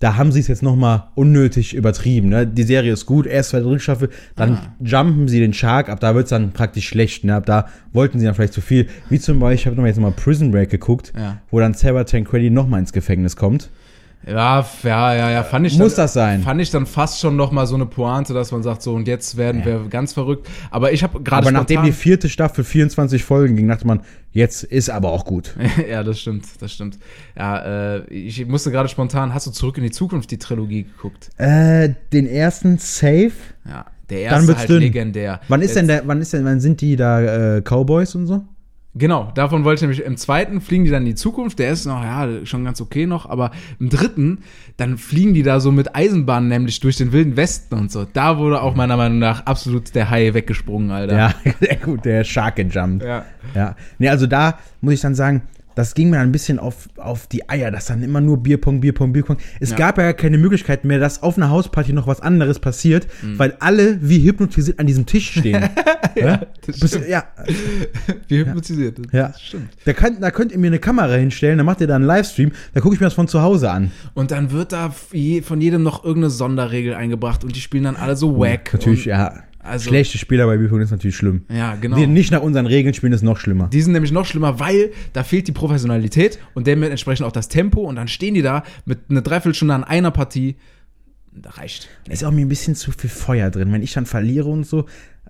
da haben sie es jetzt nochmal unnötig übertrieben. Ne? Die Serie ist gut, erst zweite dritte Staffel, dann
Ah.
jumpen sie den Shark, ab da wird es dann praktisch schlecht. Ne? Ab da wollten sie dann vielleicht zu viel. Wie zum Beispiel, ich habe nochmal jetzt nochmal Prison Break geguckt,
Ja.
wo dann Sarah Tancredi nochmal ins Gefängnis kommt.
Ja, f- ja, ja, ja, fand ich
Muss
dann,
das sein?
Fand ich dann fast schon noch mal so eine Pointe, dass man sagt so und jetzt werden wir ganz verrückt, aber ich habe gerade
Aber nachdem die
spontan-
vierte Staffel 24 Folgen ging, dachte man, jetzt ist aber auch gut.
Ja, das stimmt, das stimmt. Ja, äh, ich musste gerade spontan, hast du zurück in die Zukunft die Trilogie geguckt?
Äh, den ersten Safe.
Ja, der erste
Dann wird's
halt
dünn.
legendär.
Wann ist denn der, wann ist denn, wann sind die da äh, Cowboys und so?
Genau, davon wollte ich nämlich. Im zweiten fliegen die dann in die Zukunft. Der ist noch, ja, schon ganz okay noch. Aber im dritten, dann fliegen die da so mit Eisenbahnen nämlich durch den wilden Westen und so. Da wurde auch meiner Meinung nach absolut der Hai weggesprungen, Alter.
Ja, sehr gut, der Shark gejumpt.
Ja.
Ja. Nee, also da muss ich dann sagen, Das ging mir dann ein bisschen auf, auf die Eier, dass dann immer nur Bierpong, Bierpong, Bierpong. Es
Ja.
gab ja keine Möglichkeit mehr, dass auf einer Hausparty noch was anderes passiert,
Mhm.
weil alle wie hypnotisiert an diesem Tisch stehen. ja,
das
Bis,
stimmt.
ja,
Wie hypnotisiert.
Ja.
Das stimmt.
da, könnt, da könnt ihr mir eine Kamera hinstellen, dann macht ihr da einen Livestream, da gucke ich mir das von zu Hause an.
Und dann wird da f- je- von jedem noch irgendeine Sonderregel eingebracht und die spielen dann alle so wack.
Natürlich,
und,
ja.
also-
Schlechte Spieler bei Bierpong ist natürlich schlimm.
Ja, genau.
Die nicht nach unseren Regeln spielen, ist noch schlimmer.
Die sind nämlich noch schlimmer, weil da fehlt die Professionalität und dementsprechend auch das Tempo und dann stehen die da mit einer Dreiviertelstunde an einer Partie. Da reicht.
ist auch mir ein bisschen zu viel Feuer drin. Wenn ich dann verliere und so,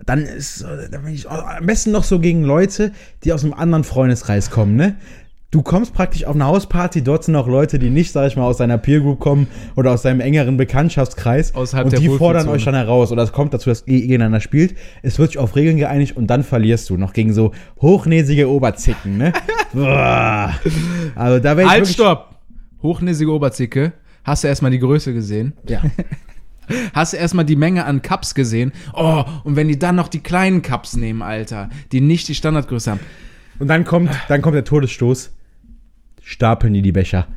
dann ist äh, dann bin ich oh, am besten noch so gegen Leute, die aus einem anderen Freundeskreis kommen, ne? Du kommst praktisch auf eine Hausparty, dort sind auch Leute, die nicht, sag ich mal, aus deiner Peer Group kommen oder aus deinem engeren Bekanntschaftskreis.
Außerhalb
und
der
die fordern
Wohlfühlzone.
euch dann heraus. Oder es kommt dazu, dass ihr gegeneinander spielt. Es wird sich auf Regeln geeinigt und dann verlierst du noch gegen so hochnäsige Oberzicken, ne? Boah. also da wäre ich
Halt,
wirklich-
stopp! Hochnäsige Oberzicke. Hast du erstmal die Größe gesehen?
Ja.
Hast du erstmal die Menge an Cups gesehen? Oh, und wenn die dann noch die kleinen Cups nehmen, Alter, die nicht die Standardgröße haben.
Und dann kommt, dann kommt der Todesstoß. Stapeln die die Becher.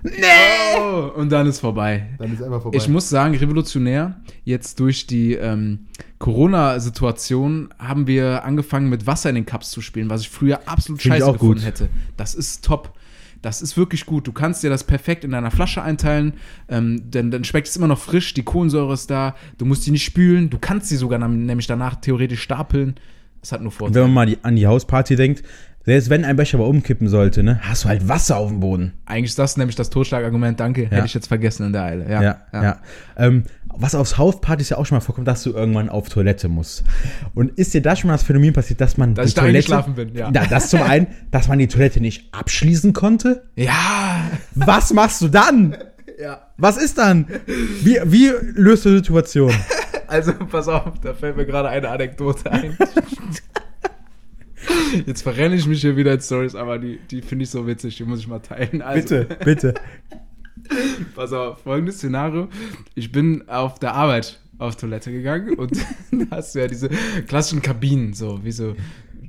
Oh, und dann ist vorbei.
Äh. Dann ist einfach vorbei.
Ich muss sagen, revolutionär, jetzt durch die ähm, Corona-Situation haben wir angefangen mit Wasser in den Cups zu spielen, was ich früher absolut
Find ich
scheiße
auch
gefunden
gut.
hätte. Das ist top. Das ist wirklich gut. Du kannst dir das perfekt in deiner Flasche einteilen, ähm, denn dann schmeckt es immer noch frisch, die Kohlensäure ist da, du musst die nicht spülen, du kannst sie sogar nam- nämlich danach theoretisch stapeln. Das hat nur
Und
Vorteile.
wenn man mal die, an die Hausparty denkt, selbst wenn ein Becher mal umkippen sollte, ne, hast du halt Wasser auf dem Boden.
Eigentlich ist das nämlich das Totschlagargument, danke, hätte ich jetzt vergessen in der Eile. Ah, Ja,
Ja, ja. Ähm, was auf Hauspartys ja auch schon mal vorkommt, dass du irgendwann auf Toilette musst. Und ist dir da schon mal das Phänomen passiert, dass man
Dass ich da eingeschlafen bin, ja.
Na, das zum einen, dass man die Toilette nicht abschließen konnte.
ja.
Was machst du dann?
ja.
Was ist dann? Wie, wie löst du die Situation?
Also, pass auf, da fällt mir gerade eine Anekdote ein. Jetzt verrenne ich mich hier wieder in Stories, aber die, die finde ich so witzig, die muss ich mal teilen. Also,
bitte.
Pass auf, folgendes Szenario. Ich bin auf der Arbeit auf Toilette gegangen und da hast du ja diese klassischen Kabinen, so wie so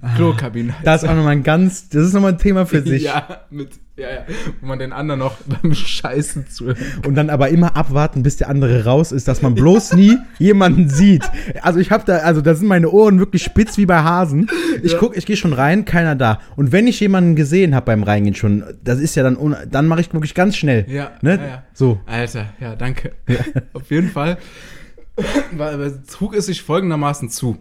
Ah.
Klokabinen.
Das ist auch nochmal ein ganz, das ist nochmal ein Thema für sich.
Ja, mit, ja, ja, wo man den anderen noch beim Scheißen zuhört.
Und dann aber immer abwarten, bis der andere raus ist, dass man bloß nie jemanden sieht. Also ich habe da, also da sind meine Ohren wirklich spitz wie bei Hasen. Ich guck, ich gehe schon rein, keiner da. Und wenn ich jemanden gesehen habe beim Reingehen schon, das ist ja dann, un, dann mache ich wirklich ganz schnell.
Ja,
Ne?
ja, ja.
So.
Alter, ja, danke. Auf jeden Fall weil- weil trug es sich folgendermaßen zu.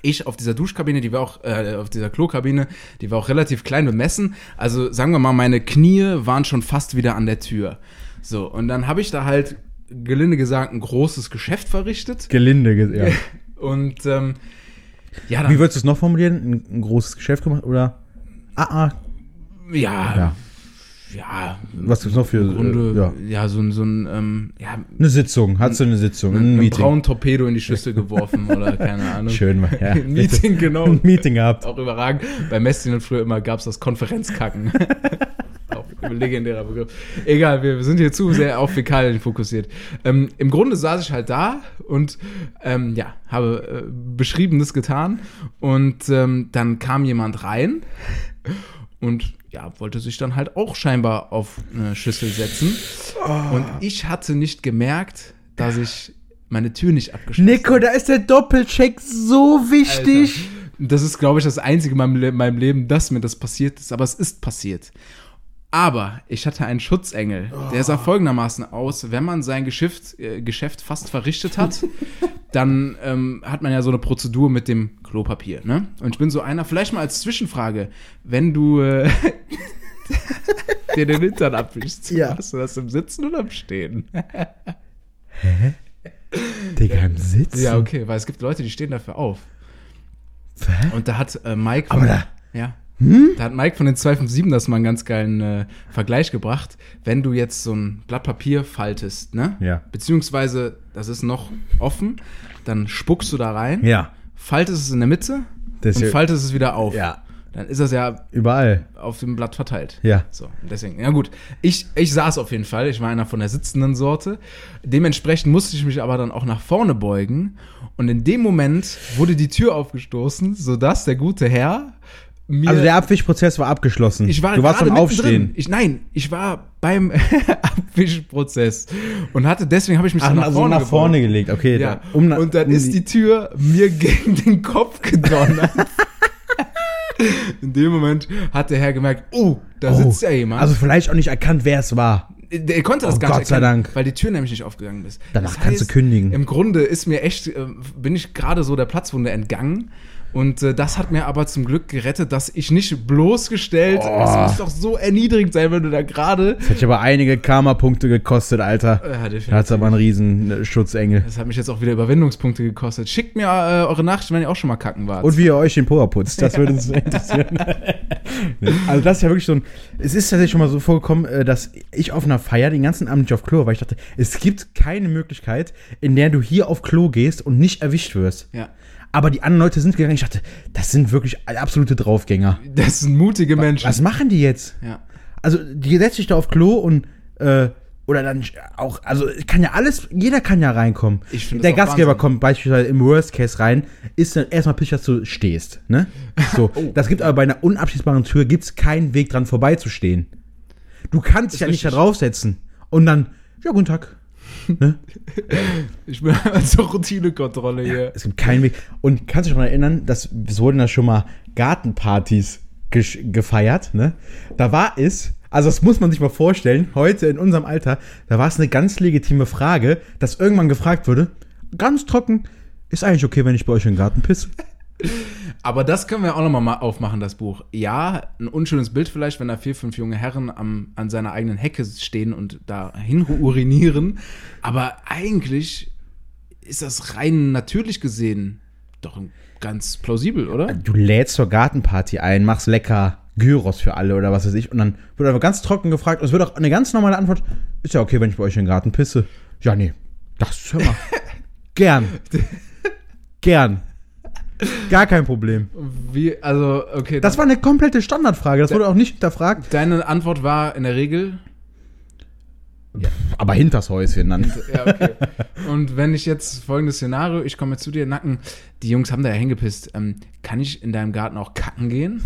Ich auf dieser Duschkabine, die war auch, äh, auf dieser Klokabine, die war auch relativ klein bemessen. Also sagen wir mal, meine Knie waren schon fast wieder an der Tür. So, und dann habe ich da halt, gelinde gesagt, ein großes Geschäft verrichtet.
Gelinde, ge- ja.
Und ähm, ja,
Wie
dann,
würdest du es noch formulieren? Ein, ein großes Geschäft gemacht oder? Ah, ah.
ja,
Ja.
ja,
Was gibt's noch für
im Grunde,
äh, ja.
ja. so ein, so ein, ähm, ja,
eine Sitzung? Hattest du eine Sitzung? Ein,
einen
Meeting?
braunen Torpedo in die Schüssel geworfen oder keine Ahnung.
Schön, ja.
Ein Meeting, genau.
Ein Meeting gehabt.
Auch überragend. Bei Messdien früher immer gab es das Konferenzkacken. Auch ein legendärer Begriff. Egal, wir sind hier zu sehr auf Fäkalien fokussiert. Ähm, Im Grunde saß ich halt da und ähm, ja, habe äh, Beschriebenes getan. Und ähm, dann kam jemand rein und ja, wollte sich dann halt auch scheinbar auf eine Schüssel setzen. Und ich hatte nicht gemerkt, dass ich meine Tür nicht abgeschlossen
Nico, da ist der Doppelcheck so wichtig.
Alter. Das ist, glaube ich, das Einzige in meinem, Le meinem Leben, dass mir das passiert ist. Aber es ist passiert. Aber ich hatte einen Schutzengel. Der sah folgendermaßen aus. Wenn man sein Geschäft, äh, Geschäft fast verrichtet hat, dann ähm, hat man ja so eine Prozedur mit dem Klopapier. Ne? Und ich bin so einer, vielleicht mal als Zwischenfrage, wenn du äh, dir den Hintern abwischst,
Ja.
machst du das im Sitzen oder im Stehen?
Digga, im Sitz?
Ja, okay, weil es gibt Leute, die stehen dafür auf.
Hä?
Und da hat äh, Mike
Aber da-
ja.
Hm?
Da hat Mike von den 257 das mal einen ganz geilen äh, Vergleich gebracht. Wenn du jetzt so ein Blatt Papier faltest, ne?
Ja.
Beziehungsweise, das ist noch offen, dann spuckst du da rein,
Ja,
faltest es in der Mitte
Das ist
und
ja-
faltest es wieder auf.
Ja.
Dann ist das ja
überall.
auf dem Blatt verteilt.
Ja.
So, deswegen. Ja gut, ich, ich saß auf jeden Fall. Ich war einer von der sitzenden Sorte. Dementsprechend musste ich mich aber dann auch nach vorne beugen. Und in dem Moment wurde die Tür aufgestoßen, sodass der gute Herr mir.
Also der Abwischprozess war abgeschlossen.
ich war
du warst
gerade
am
mittendrin.
Aufstehen.
Ich, nein, ich war beim Abwischprozess und hatte deswegen habe ich mich so
Ach,
nach
also
vorne
nach vorne
gebeugt.
gelegt, okay.
Ja.
da- um na-
und dann
um
ist die Tür mir gegen den Kopf gedonnert. In dem Moment hat der Herr gemerkt, oh, da
Oh,
sitzt ja jemand.
Also vielleicht auch nicht erkannt, wer es war.
Der konnte das
Oh,
gar nicht
Gott sei
erkennen,
Dank.
weil die Tür nämlich nicht aufgegangen ist.
Danach kannst du kündigen.
Im Grunde ist mir echt, äh, bin ich gerade so der Platzwunde entgangen. Und äh, das hat mir aber zum Glück gerettet, dass ich nicht bloßgestellt,
Oh.
das muss doch so erniedrigend sein, wenn du da gerade.
Das hat aber einige Karma-Punkte gekostet, Alter.
Ja, definitiv.
Da hat's aber einen riesen äh, Schutzengel.
Das hat mich jetzt auch wieder Überwindungspunkte gekostet. Schickt mir äh, eure Nachrichten, wenn ihr auch schon mal kacken wart.
Und wie ihr euch den Power putzt, das würde uns interessieren. Nee. also das ist ja wirklich so ein, es ist tatsächlich schon mal so vorgekommen, äh, dass ich auf einer Feier den ganzen Abend nicht auf Klo war, weil ich dachte, es gibt keine Möglichkeit, in der du hier auf Klo gehst und nicht erwischt wirst.
ja.
Aber die anderen Leute sind gegangen, ich dachte, das sind wirklich absolute Draufgänger.
Das sind mutige Menschen.
Was machen die jetzt?
Ja.
Also, die setzt sich da auf Klo und, äh, oder dann auch, also kann ja alles, jeder kann ja reinkommen.
Ich find das
Der
auch
Gastgeber
Wahnsinn.
kommt beispielsweise im Worst Case rein, ist dann erstmal pisch, dass du stehst, ne? So,
Oh.
das gibt aber bei einer unabschließbaren Tür gibt's keinen Weg dran vorbeizustehen. Du kannst dich ja nicht da
richtig.
draufsetzen und dann, ja, guten Tag.
Ich bin zur Routinekontrolle hier.
Es gibt keinen Weg. Und kannst du dich mal erinnern, dass es wurden da schon mal Gartenpartys gesch- gefeiert, ne? Da war es, also das muss man sich mal vorstellen, heute in unserem Alter, da war es eine ganz legitime Frage, dass irgendwann gefragt wurde, ganz trocken, ist eigentlich okay, wenn ich bei euch in den Garten pisse?
Aber das können wir auch nochmal aufmachen, das Buch. Ja, ein unschönes Bild vielleicht, wenn da vier, fünf junge Herren am, an seiner eigenen Hecke stehen und dahin urinieren. Aber eigentlich ist das rein natürlich gesehen doch ganz plausibel, oder?
Du lädst zur Gartenparty ein, machst lecker Gyros für alle oder was weiß ich und dann wird aber ganz trocken gefragt und es wird auch eine ganz normale Antwort, ist ja okay, wenn ich bei euch in den Garten pisse? Ja, nee, das hör mal. Gern. Gern. Gar kein Problem.
Wie, also, okay.
Das war eine komplette Standardfrage, das wurde auch nicht hinterfragt.
deine Antwort war in der Regel.
Aber hinters Häuschen dann.
Ja, okay. Und wenn ich jetzt folgendes Szenario, ich komme jetzt zu dir, Nacken, die Jungs haben da ja hingepisst. Ähm, kann ich in deinem Garten auch kacken gehen?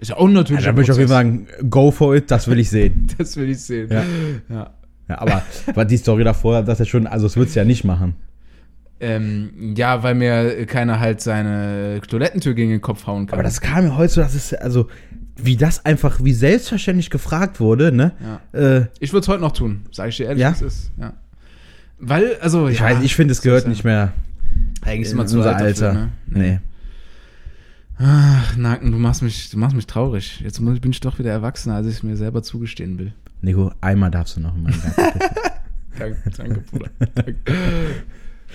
Ist ja unnatürlich.
Da würde ich auf jeden Fall sagen, go for it, das will ich sehen.
Das will ich sehen.
Ja.
Ja.
Ja, aber war die Story davor, dass er schon, also es wird's ja nicht machen.
Ähm, ja, weil mir keiner halt seine Toilettentür gegen den Kopf hauen kann.
Aber das kam mir heute so, dass es, also, wie das einfach, wie selbstverständlich gefragt wurde, ne?
Ja.
Äh,
ich würde es heute noch tun, sage ich dir ehrlich,
Ja?
wie es ist. Ja. Weil, also,
ich weiß, ich finde, es gehört nicht mehr
eigentlich ist
in
man zu
unser
alt dafür,
Alter.
ne?
Nee.
Ach, Nacken, du machst mich, du machst mich traurig. Jetzt muss- bin ich doch wieder erwachsener, als ich es mir selber zugestehen will.
Nico, einmal darfst du noch in meinen Garten.
Danke, danke Bruder. Danke.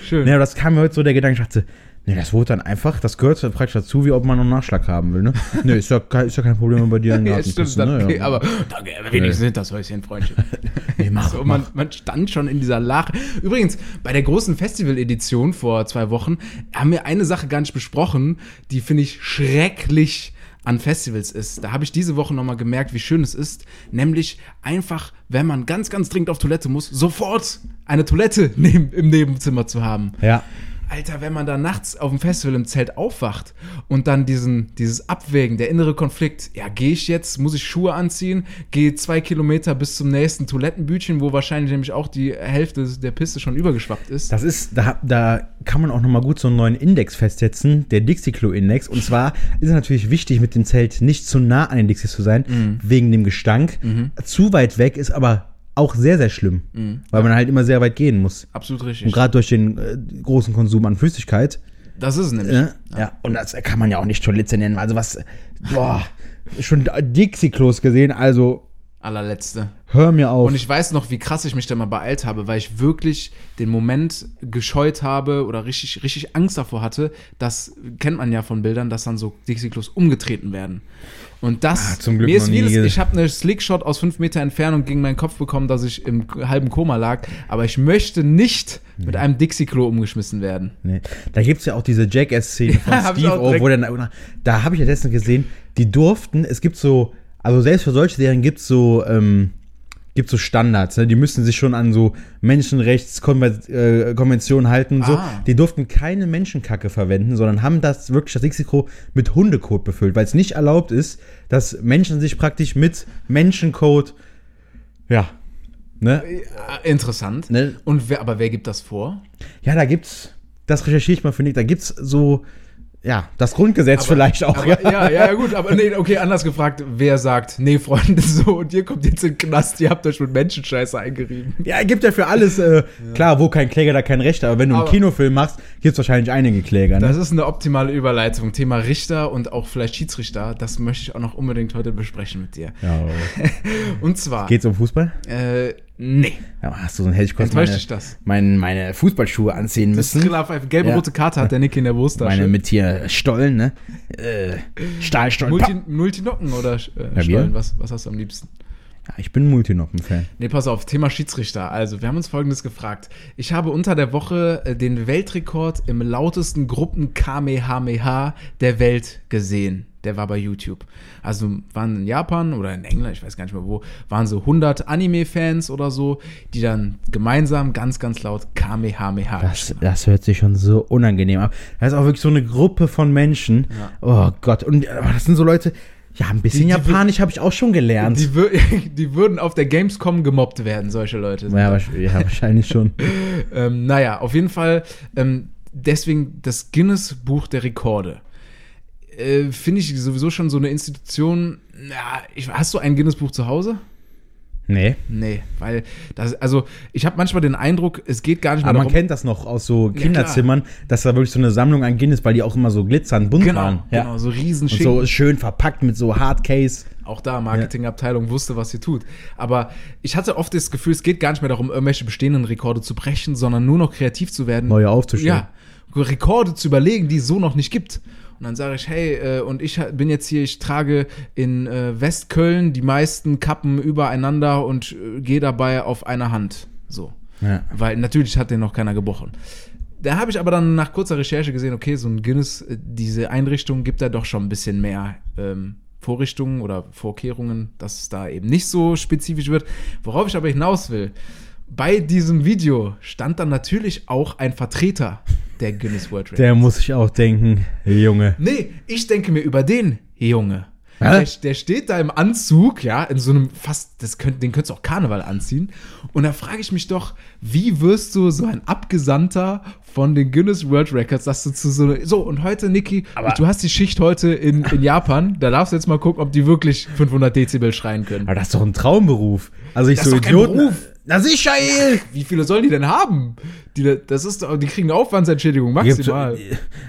Schön.
nee, aber das kam mir heute so der Gedanke, ich dachte, nee, das wurde dann einfach, das gehört dann praktisch dazu, wie ob man noch einen Nachschlag haben will, ne? Nee, ist ja, kein- ist ja kein Problem, wenn bei dir in den
Ja,
Garten
stimmt,
pissen,
dann,
ne?
okay,
Ja.
aber danke, wenigstens sind das Häuschen, Freundchen.
Nee, mach,
So,
mach.
Also, man, man stand schon in dieser Lache. Übrigens, bei der großen Festival-Edition vor zwei Wochen haben wir eine Sache gar nicht besprochen, die finde ich schrecklich an Festivals ist. Da habe ich diese Woche nochmal gemerkt, wie schön es ist. Nämlich einfach, wenn man ganz, ganz dringend auf Toilette muss, sofort eine Toilette neben, im Nebenzimmer zu haben.
Ja.
Alter, wenn man da nachts auf dem Festival im Zelt aufwacht und dann diesen, dieses Abwägen, der innere Konflikt, ja, gehe ich jetzt, muss ich Schuhe anziehen, gehe zwei Kilometer bis zum nächsten Toilettenbütchen, wo wahrscheinlich nämlich auch die Hälfte der Piste schon übergeschwappt ist.
Das ist, da, da kann man auch nochmal gut so einen neuen Index festsetzen, der Dixie-Klo-Index. Und zwar ist es natürlich wichtig, mit dem Zelt nicht zu nah an den Dixies zu sein,
Mhm.
wegen dem Gestank. Zu weit weg ist aber auch sehr, sehr schlimm,
Mhm.
weil man halt immer sehr weit gehen muss.
Absolut
Und
richtig.
gerade durch den äh, großen Konsum an Flüssigkeit.
Das ist es nämlich.
Ne? Ja. und das kann man ja auch nicht Toilette nennen. Also was, boah, schon Dixie-Klos gesehen, also
Allerletzte.
hör mir auf.
Und ich weiß noch, wie krass ich mich da mal beeilt habe, weil ich wirklich den Moment gescheut habe oder richtig, richtig Angst davor hatte. Das kennt man ja von Bildern, dass dann so Dixie-Klos umgetreten werden. Und das,
Ah, zum Glück
mir ist
noch nie
vieles,
ge-
ich habe eine Slickshot aus fünf Meter Entfernung gegen meinen Kopf bekommen, dass ich im halben Koma lag. Aber ich möchte nicht
Mhm.
mit einem Dixie-Klo umgeschmissen werden.
Nee. Ne? Da gibt es ja auch diese Jackass-Szene von
hab ich
Steve
auch
O, wo dann, da habe ich ja letztens gesehen, die durften, es gibt so, also selbst für solche Serien gibt es so ähm, gibt so Standards, ne? die müssen sich schon an so Menschenrechtskonventionen halten und so.
Ah.
Die durften keine Menschenkacke verwenden, sondern haben das wirklich das Mexiko mit Hundekot befüllt, weil es nicht erlaubt ist, dass Menschen sich praktisch mit Menschenkot, ja, ne?
Äh, Interessant.
Ne?
Und wer, aber wer gibt das vor?
Ja, da gibt's, das recherchiere ich mal für Nick, da gibt's so, ja, das Grundgesetz vielleicht auch.
Aber, ja, ja, ja, gut, aber nee, okay, anders gefragt, wer sagt, nee, Freunde, so, und ihr kommt jetzt in den Knast, ihr habt euch mit Menschenscheiße eingerieben.
Ja, gibt ja für alles, äh, klar, wo kein Kläger, da kein Rechter. Aber wenn du einen
Aber-
Kinofilm machst, gibt's wahrscheinlich einige Kläger. Ne?
Das ist eine optimale Überleitung. Thema Richter und auch vielleicht Schiedsrichter, das möchte ich auch noch unbedingt heute besprechen mit dir.
Ja,
Und zwar,
geht's um Fußball?
äh, nee,
Ja, hast du so ein hätte ich kurz
Jetzt möchte
meine,
ich das.
Mein, meine Fußballschuhe anziehen müssen.
Trillerpfeife, gelbe
Ja.
rote Karte hat der Nick in der Brusttasche.
Meine mit hier Stollen, ne? Äh, Stahlstollen.
Multi,
Pah!
Multinocken oder äh,
wir?
Stollen, was, was hast du am liebsten?
Ja, ich bin Multinoppen-Fan.
Nee, pass auf, Thema Schiedsrichter. Also, wir haben uns Folgendes gefragt. Ich habe unter der Woche äh, den Weltrekord im lautesten Gruppen-Kamehameha der Welt gesehen. Der war bei YouTube. Also waren in Japan oder in England, ich weiß gar nicht mehr wo, waren so 100 Anime-Fans oder so, die dann gemeinsam ganz, ganz laut Kamehameha
Das, das hört sich schon so unangenehm ab. Das ist auch wirklich so eine Gruppe von Menschen. Oh Gott. Und äh, das sind so Leute, ja, ein bisschen
Die- die-
Japanisch habe ich auch schon gelernt.
Die, wür die würden auf der Gamescom gemobbt werden, solche Leute.
ja, wahrsch- ja, wahrscheinlich schon.
Ähm, naja, auf jeden Fall ähm, deswegen das Guinness-Buch der Rekorde. Äh, Finde ich sowieso schon so eine Institution. Na, ich, hast du ein Guinness-Buch zu Hause?
Nee.
Nee, weil das, also ich habe manchmal den Eindruck, es geht gar nicht mehr
Aber man
darum.
kennt das noch aus so
klar.
Kinderzimmern, dass da wirklich so eine Sammlung an Guinness, weil die auch immer so glitzern, bunt
genau,
waren. Ja.
genau, so
Und
Riesenschinken.
so schön verpackt mit so Hardcase.
Auch da, Marketingabteilung wusste, was sie tut. Aber ich hatte oft das Gefühl, es geht gar nicht mehr darum, irgendwelche bestehenden Rekorde zu brechen, sondern nur noch kreativ zu werden.
Neue aufzustellen.
Ja, Rekorde zu überlegen, die es so noch nicht gibt. Und dann sage ich, hey, äh, und ich ha- bin jetzt hier, ich trage in äh, Westköln die meisten Kappen übereinander und äh, gehe dabei auf einer Hand. So.
Ja.
Weil natürlich hat den noch keiner gebrochen. Da habe ich aber dann nach kurzer Recherche gesehen, okay, so ein Guinness, äh, diese Einrichtung gibt da doch schon ein bisschen mehr ähm, Vorrichtungen oder Vorkehrungen, dass es da eben nicht so spezifisch wird. Worauf ich aber hinaus will, bei diesem Video stand dann natürlich auch ein Vertreter der Guinness World Records.
Der muss ich auch denken, Junge.
Nee, ich denke mir über den Junge.
Hä?
Der, der steht da im Anzug, ja, in so einem fast, das könnt, den könntest du auch Karneval anziehen. Und da frage ich mich doch, wie wirst du so ein Abgesandter von den Guinness World Records, dass du zu so. So, und heute, Niki, du hast die Schicht heute in, in Japan, da darfst du jetzt mal gucken, ob die wirklich 500 Dezibel schreien können.
Aber das ist doch ein Traumberuf. Also ich
Das ist
so
doch kein
Idioten.
Beruf.
Na sicher, ey.
Wie viele sollen die denn haben? Die, da- das ist, doch- die kriegen eine Aufwandsentschädigung,
Gibt's-
maximal.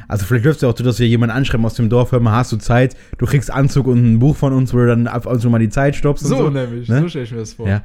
Also vielleicht läuft es ja auch so, dass wir jemanden anschreiben aus dem Dorf, hör mal, hast du Zeit? Du kriegst Anzug und ein Buch von uns, wo du dann ab und zu mal die Zeit stoppst
So,
und so.
nämlich,
Ne?
so stelle ich mir das vor.
Ja.
Die,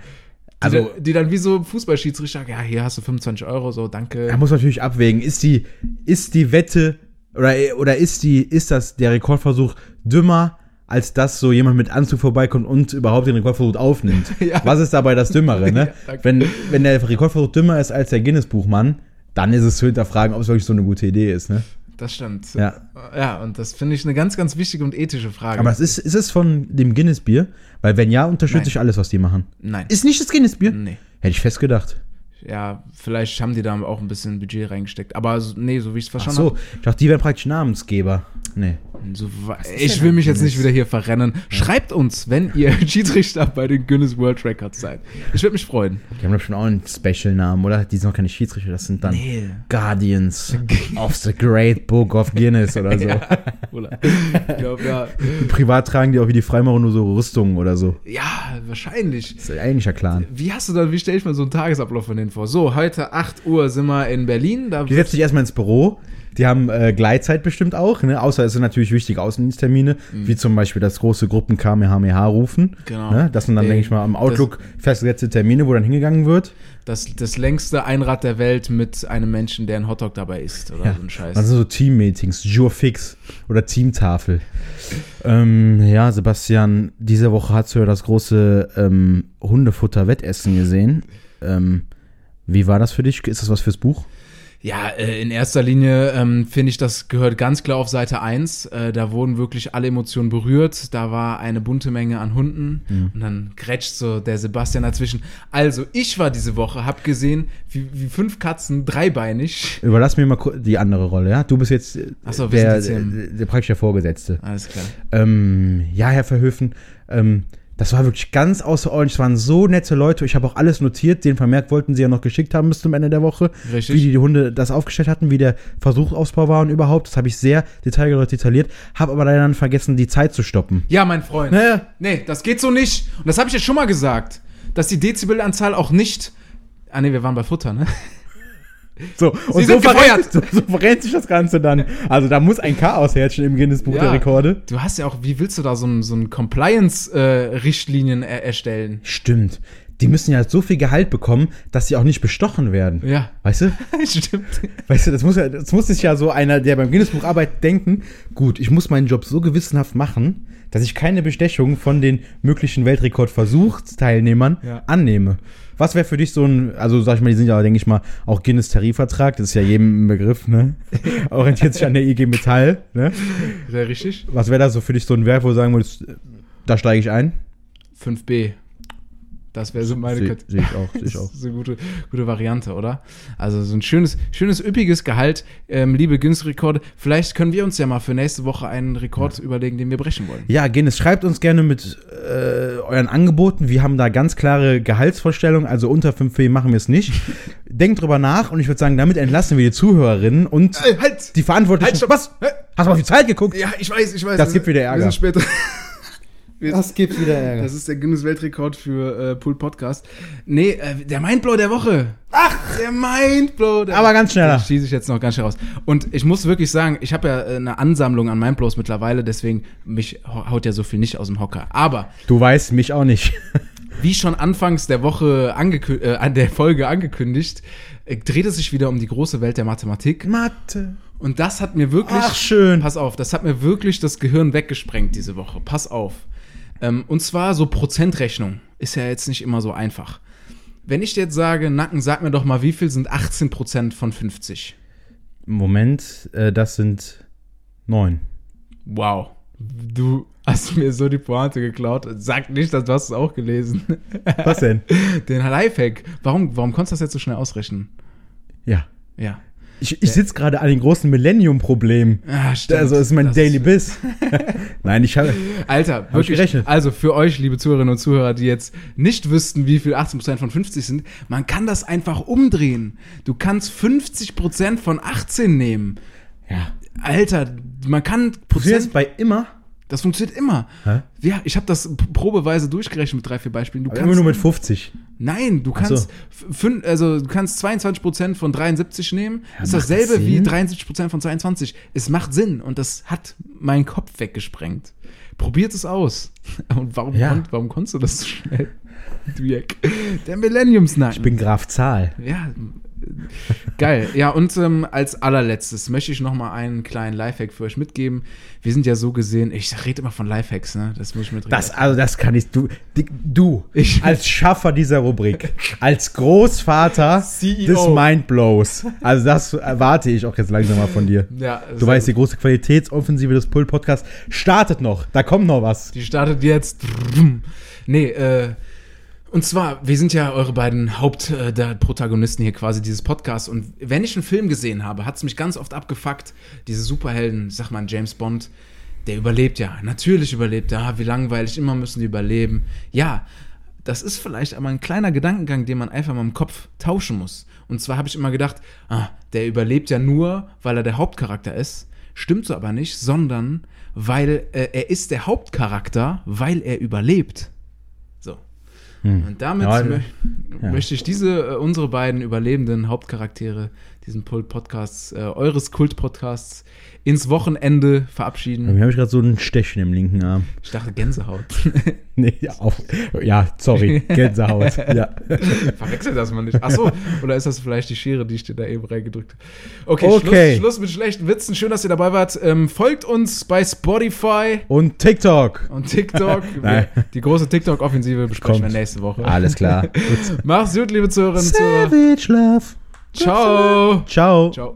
Also
dann, die dann wie so Fußballschiedsrichter, ja, hier hast du 25 Euro, so, danke.
Da muss man natürlich abwägen, ist die, ist die Wette oder, oder ist die, ist das der Rekordversuch dümmer, als dass so jemand mit Anzug vorbeikommt und überhaupt den Rekordversuch aufnimmt?
Ja.
Was ist dabei das Dümmere, ne?
Ja, danke.
wenn, wenn der Rekordversuch dümmer ist als der Guinness-Buchmann, dann ist es zu hinterfragen, ob es wirklich so eine gute Idee ist, ne?
Das stimmt.
Ja.
Ja, und das finde ich eine ganz, ganz wichtige und ethische Frage.
Aber es ist, ist es von dem Guinness-Bier? Weil wenn ja, unterstütze
Nein.
ich alles, was die machen.
Nein.
Ist nicht das Guinness-Bier?
Nee.
Hätte ich fest gedacht.
Ja, vielleicht haben die da auch ein bisschen Budget reingesteckt. Aber so, nee, so wie ich es
Ach
verstanden
so, ich dachte, die wären praktisch Namensgeber. Nee.
habe. So, wa- ich will mich jetzt nicht wieder hier verrennen. Schreibt uns, wenn ihr Schiedsrichter bei den Guinness World Records seid. Ich würde mich freuen.
Die haben doch schon auch einen Special-Namen, oder? Die sind noch keine Schiedsrichter, das sind dann
Nee.
Guardians of the Great Book of Guinness oder so.
Oder? Ich glaub, ja.
Privat tragen die auch wie die Freimaurer nur so Rüstungen oder so.
ja, wahrscheinlich.
Das ist eigentlich ja klar.
Wie hast du dann, wie stelle ich mir so einen Tagesablauf von denen vor? So, heute 8 Uhr sind wir in Berlin. Da
Die setzen sich erstmal ins Büro. Die haben äh, Gleitzeit bestimmt auch, ne? außer es sind natürlich wichtige Außendiensttermine, wie zum Beispiel das große Gruppen KMHMH rufen.
Mhm. Genau.
Ne? Das sind dann,
Ey,
denke ich mal, am
das-
Outlook festgesetzte Termine, wo dann hingegangen wird.
Das, das längste Einrad der Welt mit einem Menschen, der ein Hotdog dabei isst oder so ein Scheiß.
Das sind so Team-Meetings, Jurfix oder Teamtafel. ähm, ja, Sebastian, diese Woche hast du ja das große ähm, Hundefutter-Wettessen gesehen. Ähm, wie war das für dich? Ist das was fürs Buch?
Ja, äh, in erster Linie ähm, finde ich, das gehört ganz klar auf Seite 1. Äh, da wurden wirklich alle Emotionen berührt. Da war eine bunte Menge an Hunden. Und dann grätscht so der Sebastian dazwischen. Also, ich war diese Woche, hab gesehen, wie, wie fünf Katzen dreibeinig.
Überlass mir mal kur- die andere Rolle, ja? Du bist jetzt äh,
Ach so, wir
der,
sind jetzt hier
der, der praktisch der Vorgesetzte.
Alles klar.
Ähm, ja, Herr Verhöfen, ähm, das war wirklich ganz außerordentlich. Es waren so nette Leute. Ich habe auch alles notiert. Den Vermerk wollten sie ja noch geschickt haben bis zum Ende der Woche.
Richtig.
Wie die Hunde das aufgestellt hatten, wie der Versuchsausbau war und überhaupt. Das habe ich sehr detailgerecht detailliert. Habe aber leider dann vergessen, die Zeit zu stoppen.
Ja, mein Freund.
Naja.
Nee, das geht so nicht. Und das habe ich ja schon mal gesagt, dass die Dezibelanzahl auch nicht. Ah, nee, wir waren bei Futter, ne?
So, und so
sind
verrennt,
gefeuert.
so, so verrennt sich das Ganze dann. Also da muss ein Chaos herrschen im Guinness-Buch der Rekorde.
Du hast ja auch, wie willst du da so ein, so ein Compliance-Richtlinien er erstellen?
Stimmt. Die müssen ja so viel Gehalt bekommen, dass sie auch nicht bestochen werden.
Ja.
Weißt du?
Stimmt.
Weißt du, das muss, ja, das muss sich ja so einer, der beim Guinness-Buch arbeitet, denken, gut, ich muss meinen Job so gewissenhaft machen, dass ich keine Bestechung von den möglichen Weltrekordversuchsteilnehmern
Ja.
annehme. Was wäre für dich so ein, also sag ich mal, die sind ja, denke ich mal, auch Guinness-Tarifvertrag, das ist ja jedem ein Begriff, ne? Orientiert sich an der IG Metall, ne?
Sehr richtig.
Was wäre da so für dich so ein Wert, wo du sagen würdest, äh, da steige ich ein?
5b. Das wäre so meine
Sehe
Kat-
seh ich auch, sehe
Das
ich auch.
ist eine gute, gute Variante, oder? Also so ein schönes, schönes üppiges Gehalt, ähm, liebe Günstrekorde. Vielleicht können wir uns ja mal für nächste Woche einen Rekord überlegen, den wir brechen wollen.
Ja, Guinness, schreibt uns gerne mit äh, euren Angeboten. Wir haben da ganz klare Gehaltsvorstellungen, also unter 5P machen wir es nicht. Denkt drüber nach und ich würde sagen, damit entlassen wir die Zuhörerinnen und
Äh, halt!
die Verantwortlichen.
Halt, stopp!
Was?
Hä?
Hast du auf die Zeit geguckt?
Ja, ich weiß, ich weiß.
Das gibt wieder Ärger.
Wir sind später. Wir-
gibt wieder Ärger.
Das ist der Guinness-Weltrekord für äh, Pool Podcast. Nee, äh, der Mindblow der Woche. Ach, der Mindblow der
Aber ganz schneller.
Den schieße ich jetzt noch ganz schnell raus. Und ich muss wirklich sagen, ich habe ja äh, eine Ansammlung an Mindblows mittlerweile, deswegen mich hau- haut ja so viel nicht aus dem Hocker. Aber
Du weißt mich auch nicht.
wie schon anfangs der Woche angekü- äh, an der Folge angekündigt, äh, dreht es sich wieder um die große Welt der Mathematik.
Mathe.
Und das hat mir wirklich.
Ach, schön.
Pass auf, das hat mir wirklich das Gehirn weggesprengt diese Woche. Pass auf. Ähm, und zwar so Prozentrechnung ist ja jetzt nicht immer so einfach. Wenn ich dir jetzt sage, Nacken, sag mir doch mal, wie viel sind 18% von 50?
Moment, äh, das sind neun.
Wow. Du hast mir so die Pointe geklaut. Sag nicht, dass du hast es auch gelesen.
Was denn?
Den Lifehack. Warum, warum konntest du das jetzt so schnell ausrechnen?
ja.
Ja.
Ich, ich sitze gerade an den großen Millennium-Problem.
Ah, stimmt.
Also das ist mein
Das
Daily Biss. Nein, ich habe.
Alter,
ich gerechnet.
wirklich. Also für euch, liebe Zuhörerinnen und Zuhörer, die jetzt nicht wüssten, wie viel 18% von 50 sind, man kann das einfach umdrehen. Du kannst 50% von 18 nehmen.
Ja.
Alter, man kann
Du jetzt
Prozent,
bei immer.
das funktioniert immer.
Hä?
Ja, ich habe das p- probeweise durchgerechnet mit drei, vier Beispielen. Du
Aber immer nur mit 50.
nein, du
so.
kannst fün, also du kannst 22% von 73 nehmen. ist
macht das
dasselbe wie
Sinn?
73% von 22. Es macht Sinn und das hat meinen Kopf weggesprengt. Probiert es aus. Und warum,
Ja.
konnt, warum konntest du das so schnell? Du Jack. Der Millenniumsnacken.
Ich bin Graf Zahl.
Ja, äh, geil. Ja, und ähm, als allerletztes möchte ich noch mal einen kleinen Lifehack für euch mitgeben. Wir sind ja so gesehen, ich rede immer von Lifehacks, ne? Das muss ich mit
Das, also das kann ich, du, di- du
Ich-
als Schaffer dieser Rubrik, als Großvater
CEO.
des Mindblows. Also das erwarte ich auch jetzt langsam mal von dir.
Ja,
Du weißt, die große Qualitätsoffensive des Pull-Podcasts startet noch. Da kommt noch was.
Die startet jetzt. Nee, äh. Und zwar, wir sind ja eure beiden Hauptprotagonisten hier quasi dieses Podcasts. Und wenn ich einen Film gesehen habe, hat es mich ganz oft abgefuckt. Diese Superhelden, ich sag mal, ein James Bond, der überlebt ja. Natürlich überlebt er. Ah, wie langweilig, immer müssen die überleben. Ja, das ist vielleicht aber ein kleiner Gedankengang, den man einfach mal im Kopf tauschen muss. Und zwar habe ich immer gedacht, ah, der überlebt ja nur, weil er der Hauptcharakter ist. Stimmt so aber nicht, sondern weil äh, er ist der Hauptcharakter, weil er überlebt. So. Und damit
Hm. Ja,
mö
ja.
möchte ich diese, äh, unsere beiden überlebenden Hauptcharaktere diesen Kult-Podcasts, äh, eures Kult-Podcasts, ins Wochenende verabschieden.
Mir habe ich gerade so einen Stechen im linken Arm.
Ich dachte Gänsehaut.
Nee, ja, auf, ja sorry, Gänsehaut. ja.
Verwechsel das mal nicht. Achso, oder ist das vielleicht die Schere, die ich dir da eben reingedrückt habe? Okay,
Okay.
Schluss, Schluss mit schlechten Witzen. Schön, dass ihr dabei wart. Ähm, folgt uns bei Spotify
Und TikTok.
und TikTok.
Nein.
Wir- die große TikTok-Offensive besprechen
Kommt.
wir nächste Woche.
Alles klar.
Macht's gut, liebe Zuhörerinnen und Zuhörer.
Savage Love.
Ciao.
Ciao.
Ciao.